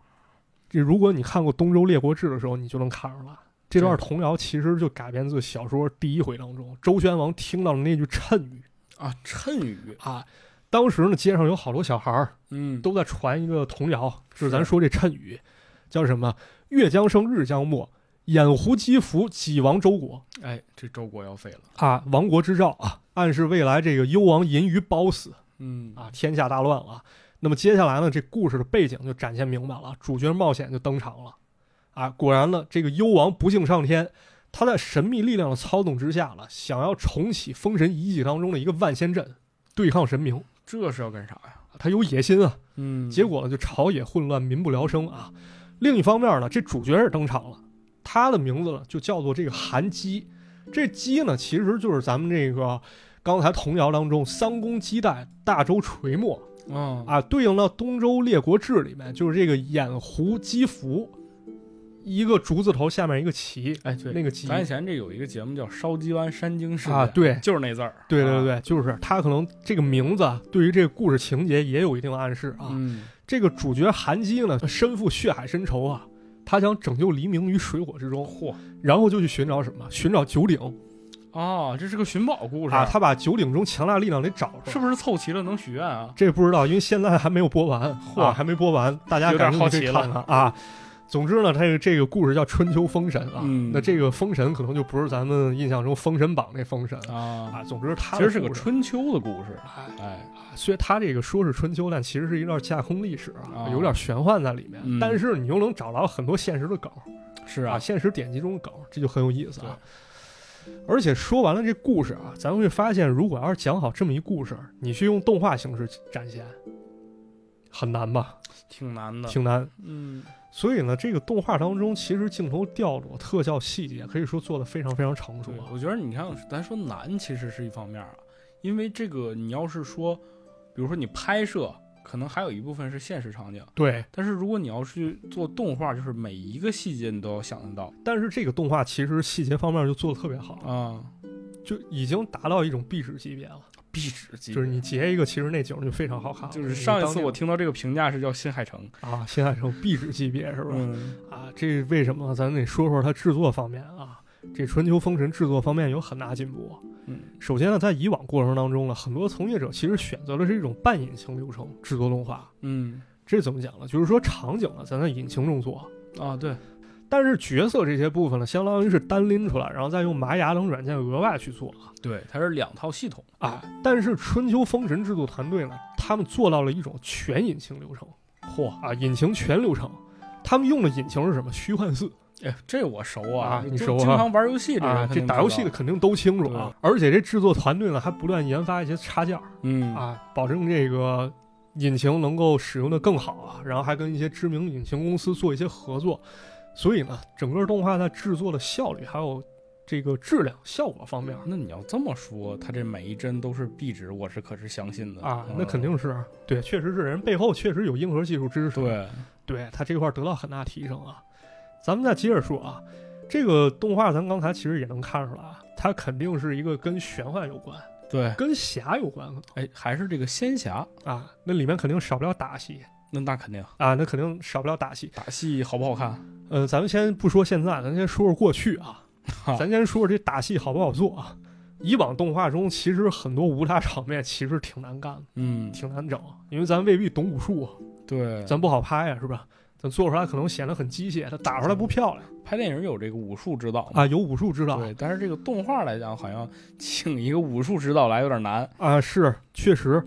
S3: 这如果你看过《东周列国志》的时候，你就能看出来，这段
S2: 对
S3: 童谣其实就改编自小说第一回当中，周宣王听到了那句谶语
S2: 啊谶语，
S3: 啊。当时呢，街上有好多小孩儿
S2: 嗯，
S3: 都在传一个童谣，就是
S2: 是
S3: 咱说这谶语，叫什么“月将升，日将没，掩狐击服，己亡周国”。
S2: 哎，这周国要废了，
S3: 啊，亡国之兆啊，暗示未来这个幽王淫于褒死
S2: 嗯
S3: 啊，天下大乱了啊。那么接下来呢，这故事的背景就展现明白了，主角冒险就登场了。啊，果然呢，这个幽王不幸上天，他在神秘力量的操纵之下了，想要重启封神遗迹当中的一个万仙阵，对抗神明。
S2: 这是要干啥呀？
S3: 他有野心啊，
S2: 嗯，
S3: 结果呢就朝野混乱，民不聊生啊。另一方面呢，这主角也登场了，他的名字呢就叫做这个韩姬。这姬呢，其实就是咱们这个刚才童谣当中“三公鸡带，大周垂没
S2: 嗯”
S3: 啊，对应到《东周列国志》里面，就是这个掩狐姬服，一个竹字头下面一个旗
S2: 哎对，
S3: 那个姬
S2: 咱以前这有一个节目叫《烧鸡湾山经事件》
S3: 啊，，对。
S2: 就是那字儿，
S3: 对
S2: 啊
S3: 对，对，就是他可能这个名字啊对于这个故事情节也有一定暗示啊。
S2: 嗯
S3: 这个主角韩姬呢，身负血海深仇啊，他想拯救黎明于水火之中，
S2: 嚯
S3: 然后就去寻找什么？寻找九鼎
S2: 哦，这是个寻宝故事
S3: 啊！他把九鼎中强大力量得找出来，
S2: 是不是凑齐了能许愿啊？
S3: 这不知道，因为现在还没有播完，
S2: 嚯
S3: 啊，还没播完，大家
S2: 有点
S3: 感兴趣可以
S2: 好奇
S3: 看看啊。总之呢，这个这个故事叫《春秋封神》啊，
S2: 嗯
S3: 那这个封神可能就不是咱们印象中《封神榜》那封神
S2: 啊，
S3: 啊。总之，它
S2: 其实是个
S3: 故事
S2: 春秋的故事，
S3: 哎
S2: 哎，
S3: 虽然它这个说是春秋，但其实是一段架空历史啊，
S2: 啊
S3: 有点玄幻在里面，
S2: 嗯
S3: 但是你又能找到很多现实的梗。
S2: 是
S3: 啊，
S2: 啊，
S3: 现实典籍中的梗，这就很有意思啊。而且说完了这故事啊，咱们会发现，如果要是讲好这么一故事，你去用动画形式展现，很难吧？
S2: 挺难的，
S3: 挺难。
S2: 嗯，
S3: 所以呢，这个动画当中，其实镜头调度、特效细节，可以说做的非常非常成熟
S2: 对
S3: 啊，。
S2: 我觉得你看，咱说难其实是一方面啊，因为这个你要是说，比如说你拍摄，可能还有一部分是现实场景，
S3: 对，
S2: 但是如果你要是做动画，就是每一个细节你都要想得到
S3: 但是这个动画其实细节方面就做的特别好，
S2: 啊，
S3: 就已经达到一种哦壁纸级别了。
S2: 壁纸级
S3: 就是你截一个，其实那景儿就非常好看了。
S2: 就是上一次我
S3: 你
S2: 听到这个评价是叫新海诚，
S3: 当年啊，现在成壁纸级别是吧？
S2: 嗯
S3: 啊，这为什么？咱得说说它制作方面啊。这《春秋封神》制作方面有很大进步。
S2: 嗯，
S3: 首先呢，在以往过程当中呢，啊很多从业者其实选择的是一种半隐形流程制作动画。
S2: 嗯
S3: 这怎么讲呢？就是说场景呢，咱在引擎中做，
S2: 啊，对，
S3: 但是角色这些部分呢，相当于是单拎出来，然后再用玛雅等软件额外去做
S2: 对，它是两套系统
S3: 啊。但是春秋封神制作团队呢，他们做到了一种全引擎流程
S2: 嚯，
S3: 啊，引擎全流程。他们用的引擎是什么？虚幻四
S2: 哎，这我熟
S3: 啊
S2: 就
S3: 你熟啊
S2: 经常玩游戏的
S3: 啊
S2: 人，肯
S3: 这
S2: 定知道，
S3: 打游戏的肯定都清楚啊。而且这制作团队呢，还不断研发一些插件儿
S2: 嗯
S3: 啊，保证这个引擎能够使用的更好啊。然后还跟一些知名引擎公司做一些合作，所以呢，整个动画在制作的效率还有这个质量、效果方面
S2: 那你要这么说，它这每一帧都是壁纸，我是可是相信的
S3: 啊
S2: 嗯，
S3: 那肯定是对，确实是人背后确实有硬核技术支持，
S2: 对，
S3: 对他这块儿得到很大提升啊。咱们再接着说啊，这个动画咱刚才其实也能看出来啊，它肯定是一个跟玄幻有关、
S2: 对，
S3: 跟侠有关的
S2: 哎，还是这个仙侠，
S3: 啊，那里面肯定少不了打戏
S2: 那那肯定
S3: 啊，那肯定少不了打戏。
S2: 打戏好不好看？
S3: 呃，咱们先不说现在，咱先说说过去啊
S2: <laughs> 好，
S3: 咱先说说这打戏好不好做啊。以往动画中其实很多无差场面其实挺难干的，
S2: 嗯，
S3: 挺难整，因为咱未必懂武术啊。
S2: 对，
S3: 咱不好拍啊呀、是吧？咱做出来可能显得很机械，它打出来不漂亮
S2: 拍电影有这个武术指导嘛，
S3: 啊。有武术指导
S2: 对，但是这个动画来讲，好像请一个武术指导来有点难。
S3: 啊，是确实。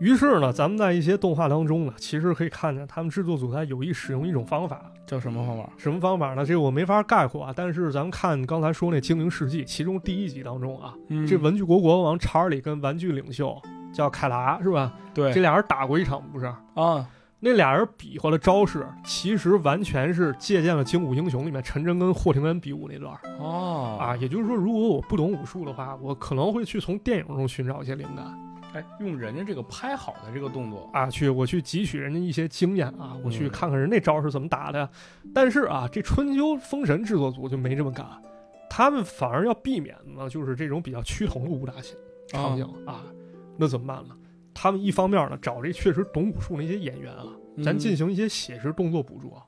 S3: 于是呢，咱们在一些动画当中呢，其实可以看见他们制作组在有意使用一种方法，
S2: 叫什么方法？
S3: 什么方法呢？这个我没法概括啊。但是咱们看刚才说那《精灵世纪》，其中第一集当中啊，
S2: 嗯
S3: 这文具国国王查尔里跟玩具领袖叫凯拉是吧？这
S2: 对
S3: 俩人打过一场不是？
S2: 啊，
S3: 那俩人比划的招式，其实完全是借鉴了《精武英雄》里面陈真跟霍廷恩比武那段儿。
S2: 哦
S3: 啊，，也就是说，如果我不懂武术的话，我可能会去从电影中寻找一些灵感
S2: 哎，用人家这个拍好的这个动作，
S3: 啊，去我去汲取人家一些经验啊，我去
S2: 嗯
S3: 看看人那招是怎么打的。但是啊，这春秋封神制作组就没这么干，他们反而要避免呢，就是这种比较趋同的武打戏场景啊那怎么办呢？他们一方面呢找这确实懂武术那些演员啊，咱进
S2: 行
S3: 行一些写实动作捕捉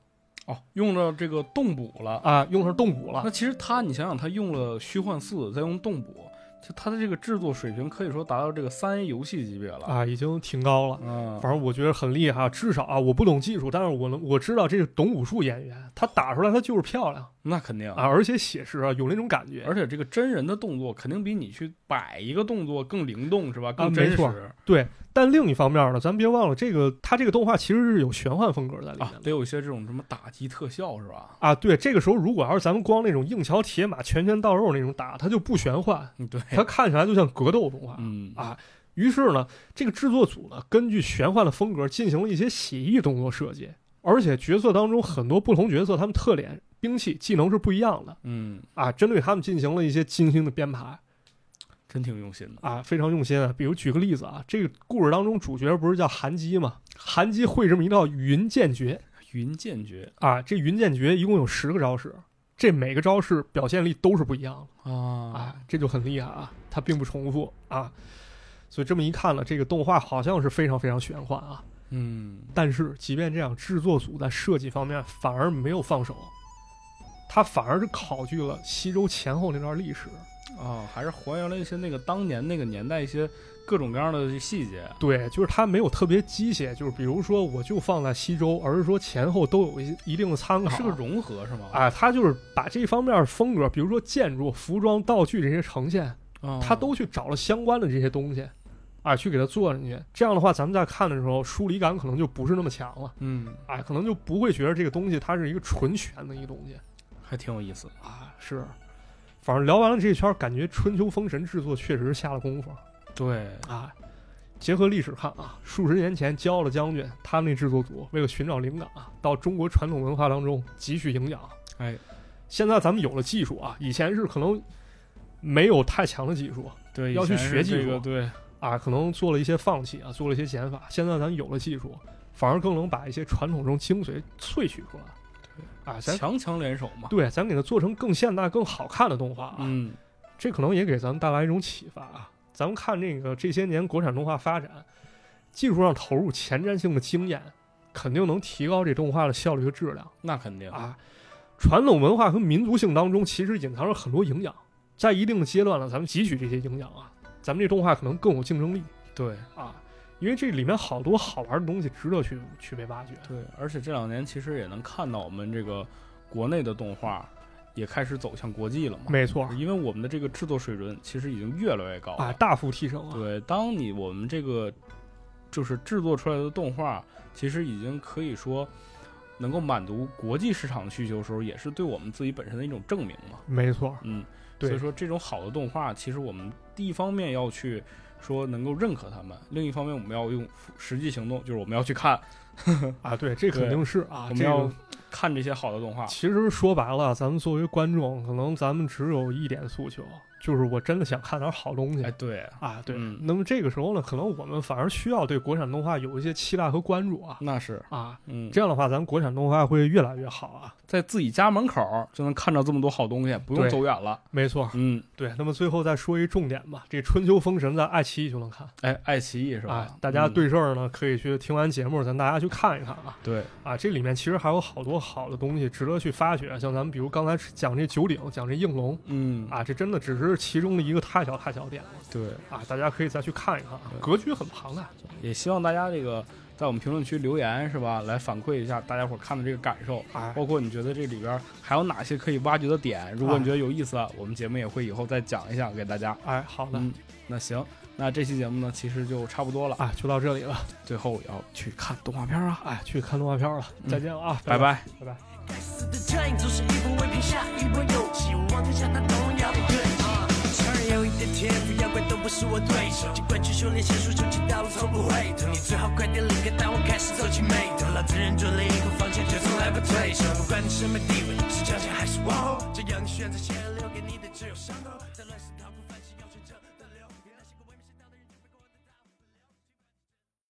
S2: 哦，用着这个动捕了。
S3: 啊，用上动捕了
S2: 那其实他，你想想，他用了虚幻四，再用动捕，就他的这个制作水平可以说达到这个三 A 游戏级别了。
S3: 啊，已经挺高了。
S2: 嗯，
S3: 反正我觉得很厉害啊，至少啊，我不懂技术，但是我能我知道这是懂武术演员，他打出来他就是漂亮
S2: 那肯定
S3: 啊，。而且写实啊，有那种感觉
S2: 而。且这个真人的动作肯定比你去摆一个动作更灵动，是吧？更
S3: 啊没
S2: 真实
S3: 错对，但另一方面呢，咱别忘了这个，他这个动画其实是有玄幻风格在里面
S2: 啊
S3: 的。，
S2: 得有一些这种什么打击特效，是吧？
S3: 啊对，这个时候如果要是咱们光那种硬桥铁马、拳拳到肉那种打，它就不玄幻，
S2: 嗯，对，
S3: 它看起来就像格斗动画。
S2: 嗯
S3: 啊于是呢，这个制作组呢，根据玄幻的风格进行了一些写意动作设计，而且角色当中很多不同角色他们特点、兵器、技能是不一样的。
S2: 嗯，
S3: 啊，针对他们进行了一些精心的编排
S2: 真挺用心的。
S3: 啊，非常用心啊。比如举个例子啊，这个故事当中主角不是叫韩姬吗？韩姬会这么一道云剑诀
S2: 云剑诀
S3: 啊，这云剑诀一共有十个招式，这每个招式表现力都是不一样的
S2: 啊
S3: 啊，这就很厉害啊，它并不重复啊。所以这么一看呢，这个动画好像是非常非常玄幻啊。
S2: 嗯，
S3: 但是即便这样，制作组在设计方面反而没有放手，他反而是考据了西周前后那段历史。
S2: 啊，还是还原了一些那个当年那个年代一些各种各样的细节。
S3: 对，就是它没有特别机械，就是比如说我就放在西周，而是说前后都有一一定的参考。
S2: 是个融合是吗？
S3: 啊，它就是把这方面风格，比如说建筑、服装、道具这些呈现，
S2: 啊，
S3: 它都去找了相关的这些东西，啊，去给它做进去。这样的话，咱们在看的时候，疏离感可能就不是那么强了，
S2: 嗯，
S3: 啊，可能就不会觉得这个东西它是一个纯玄的一个东西
S2: 还挺有意思。
S3: 啊。是，反正聊完了这一圈，感觉春秋封神制作确实是下了功夫。
S2: 对，
S3: 啊，结合历史看啊，数十年前骄傲的将军，他们那制作组为了寻找灵感啊，到中国传统文化当中汲取营养。
S2: 哎，
S3: 现在咱们有了技术啊，以前是可能没有太强的技术
S2: 对，
S3: 要去
S2: 以前是
S3: 学技术
S2: 这个，对，
S3: 啊，可能做了一些放弃啊，做了一些减法。现在咱有了技术，反而更能把一些传统中精髓萃取出来。啊，咱
S2: 强强联手嘛。
S3: 对，咱给它做成更现代、更好看的动画啊。
S2: 嗯，
S3: 这可能也给咱们带来一种启发啊。咱们看这个这些年国产动画发展，技术上投入前瞻性的经验，肯定能提高这动画的效率和质量
S2: 那肯定。
S3: 啊。传统文化和民族性当中其实隐藏着很多营养，在一定的阶段呢，咱们汲取这些营养啊，咱们这动画可能更有竞争力
S2: 对
S3: 啊，因为这里面好多好玩的东西值得去去被挖掘。
S2: 对，而且这两年其实也能看到我们这个国内的动画也开始走向国际了嘛，
S3: 没错
S2: 因为我们的这个制作水准其实已经越来越高了。
S3: 啊，大幅提升啊，
S2: 对，当你我们这个就是制作出来的动画，其实已经可以说能够满足国际市场的需求的时候，也是对我们自己本身的一种证明嘛。
S3: 没错，
S2: 嗯，
S3: 对
S2: 所以说这种好的动画，其实我们一方面要去说能够认可他们，另一方面我们要用实际行动，就是我们要去看，
S3: 啊，对，这肯
S2: 对
S3: 定是啊
S2: 我，们
S3: 这
S2: 要
S3: 个
S2: 看这些好的动画。
S3: 其实说白了，咱们作为观众，可能咱们只有一点诉求，就是我真的想看点好东西。
S2: 哎，对，
S3: 啊，对，
S2: 嗯
S3: 那么这个时候呢，可能我们反而需要对国产动画有一些期待和关注啊
S2: 那是，
S3: 啊，
S2: 嗯，
S3: 这样的话，咱国产动画会越来越好啊。
S2: 在自己家门口就能看到这么多好东西，不用
S3: 对
S2: 走远了。
S3: 没错，
S2: 嗯，
S3: 对。那么最后再说一重点吧，这《春秋封神》在爱奇艺就能看
S2: 哎，爱奇艺是吧？
S3: 啊，大家
S2: 嗯
S3: 对这儿呢、可以去听完节目，咱大家去看一看啊
S2: 对，
S3: 啊，这里面其实还有好多好的东西值得去发掘，像咱们比如刚才讲这九鼎，讲这应龙
S2: 嗯，
S3: 啊，这真的只是其中的一个太小太小点了
S2: 对，
S3: 啊，大家可以再去看一看啊，
S2: 对
S3: 格局很庞大。
S2: 也希望大家这个在我们评论区留言是吧，来反馈一下大家伙看的这个感受，
S3: 哎，
S2: 包括你觉得这里边儿还有哪些可以挖掘的点。如果你觉得有意思，啊、我们节目也会以后再讲一讲给大家。
S3: 哎，好的、
S2: 嗯，那行，那这期节目呢，其实就差不多了。
S3: 啊，就到这里了。
S2: 最后要去看动画片儿啊，
S3: 哎，去看动画片了，
S2: 嗯
S3: 再见了啊，
S2: 拜
S3: 拜
S2: 拜。
S3: 拜拜。
S4: 该死的战争是一 <laughs> 波未平下一波又起，我望天下他都要对啊。承认有一点天赋，要怪都不是我对手。尽管去修炼仙术，究竟道路从不回头。你最好快点领个单，我开始走起眉头。老子认准了一个方向，绝从来不退手。不管你什么地位，是强强还是往后，这样的选择，现在留给你的只有伤口。再乱世逃不。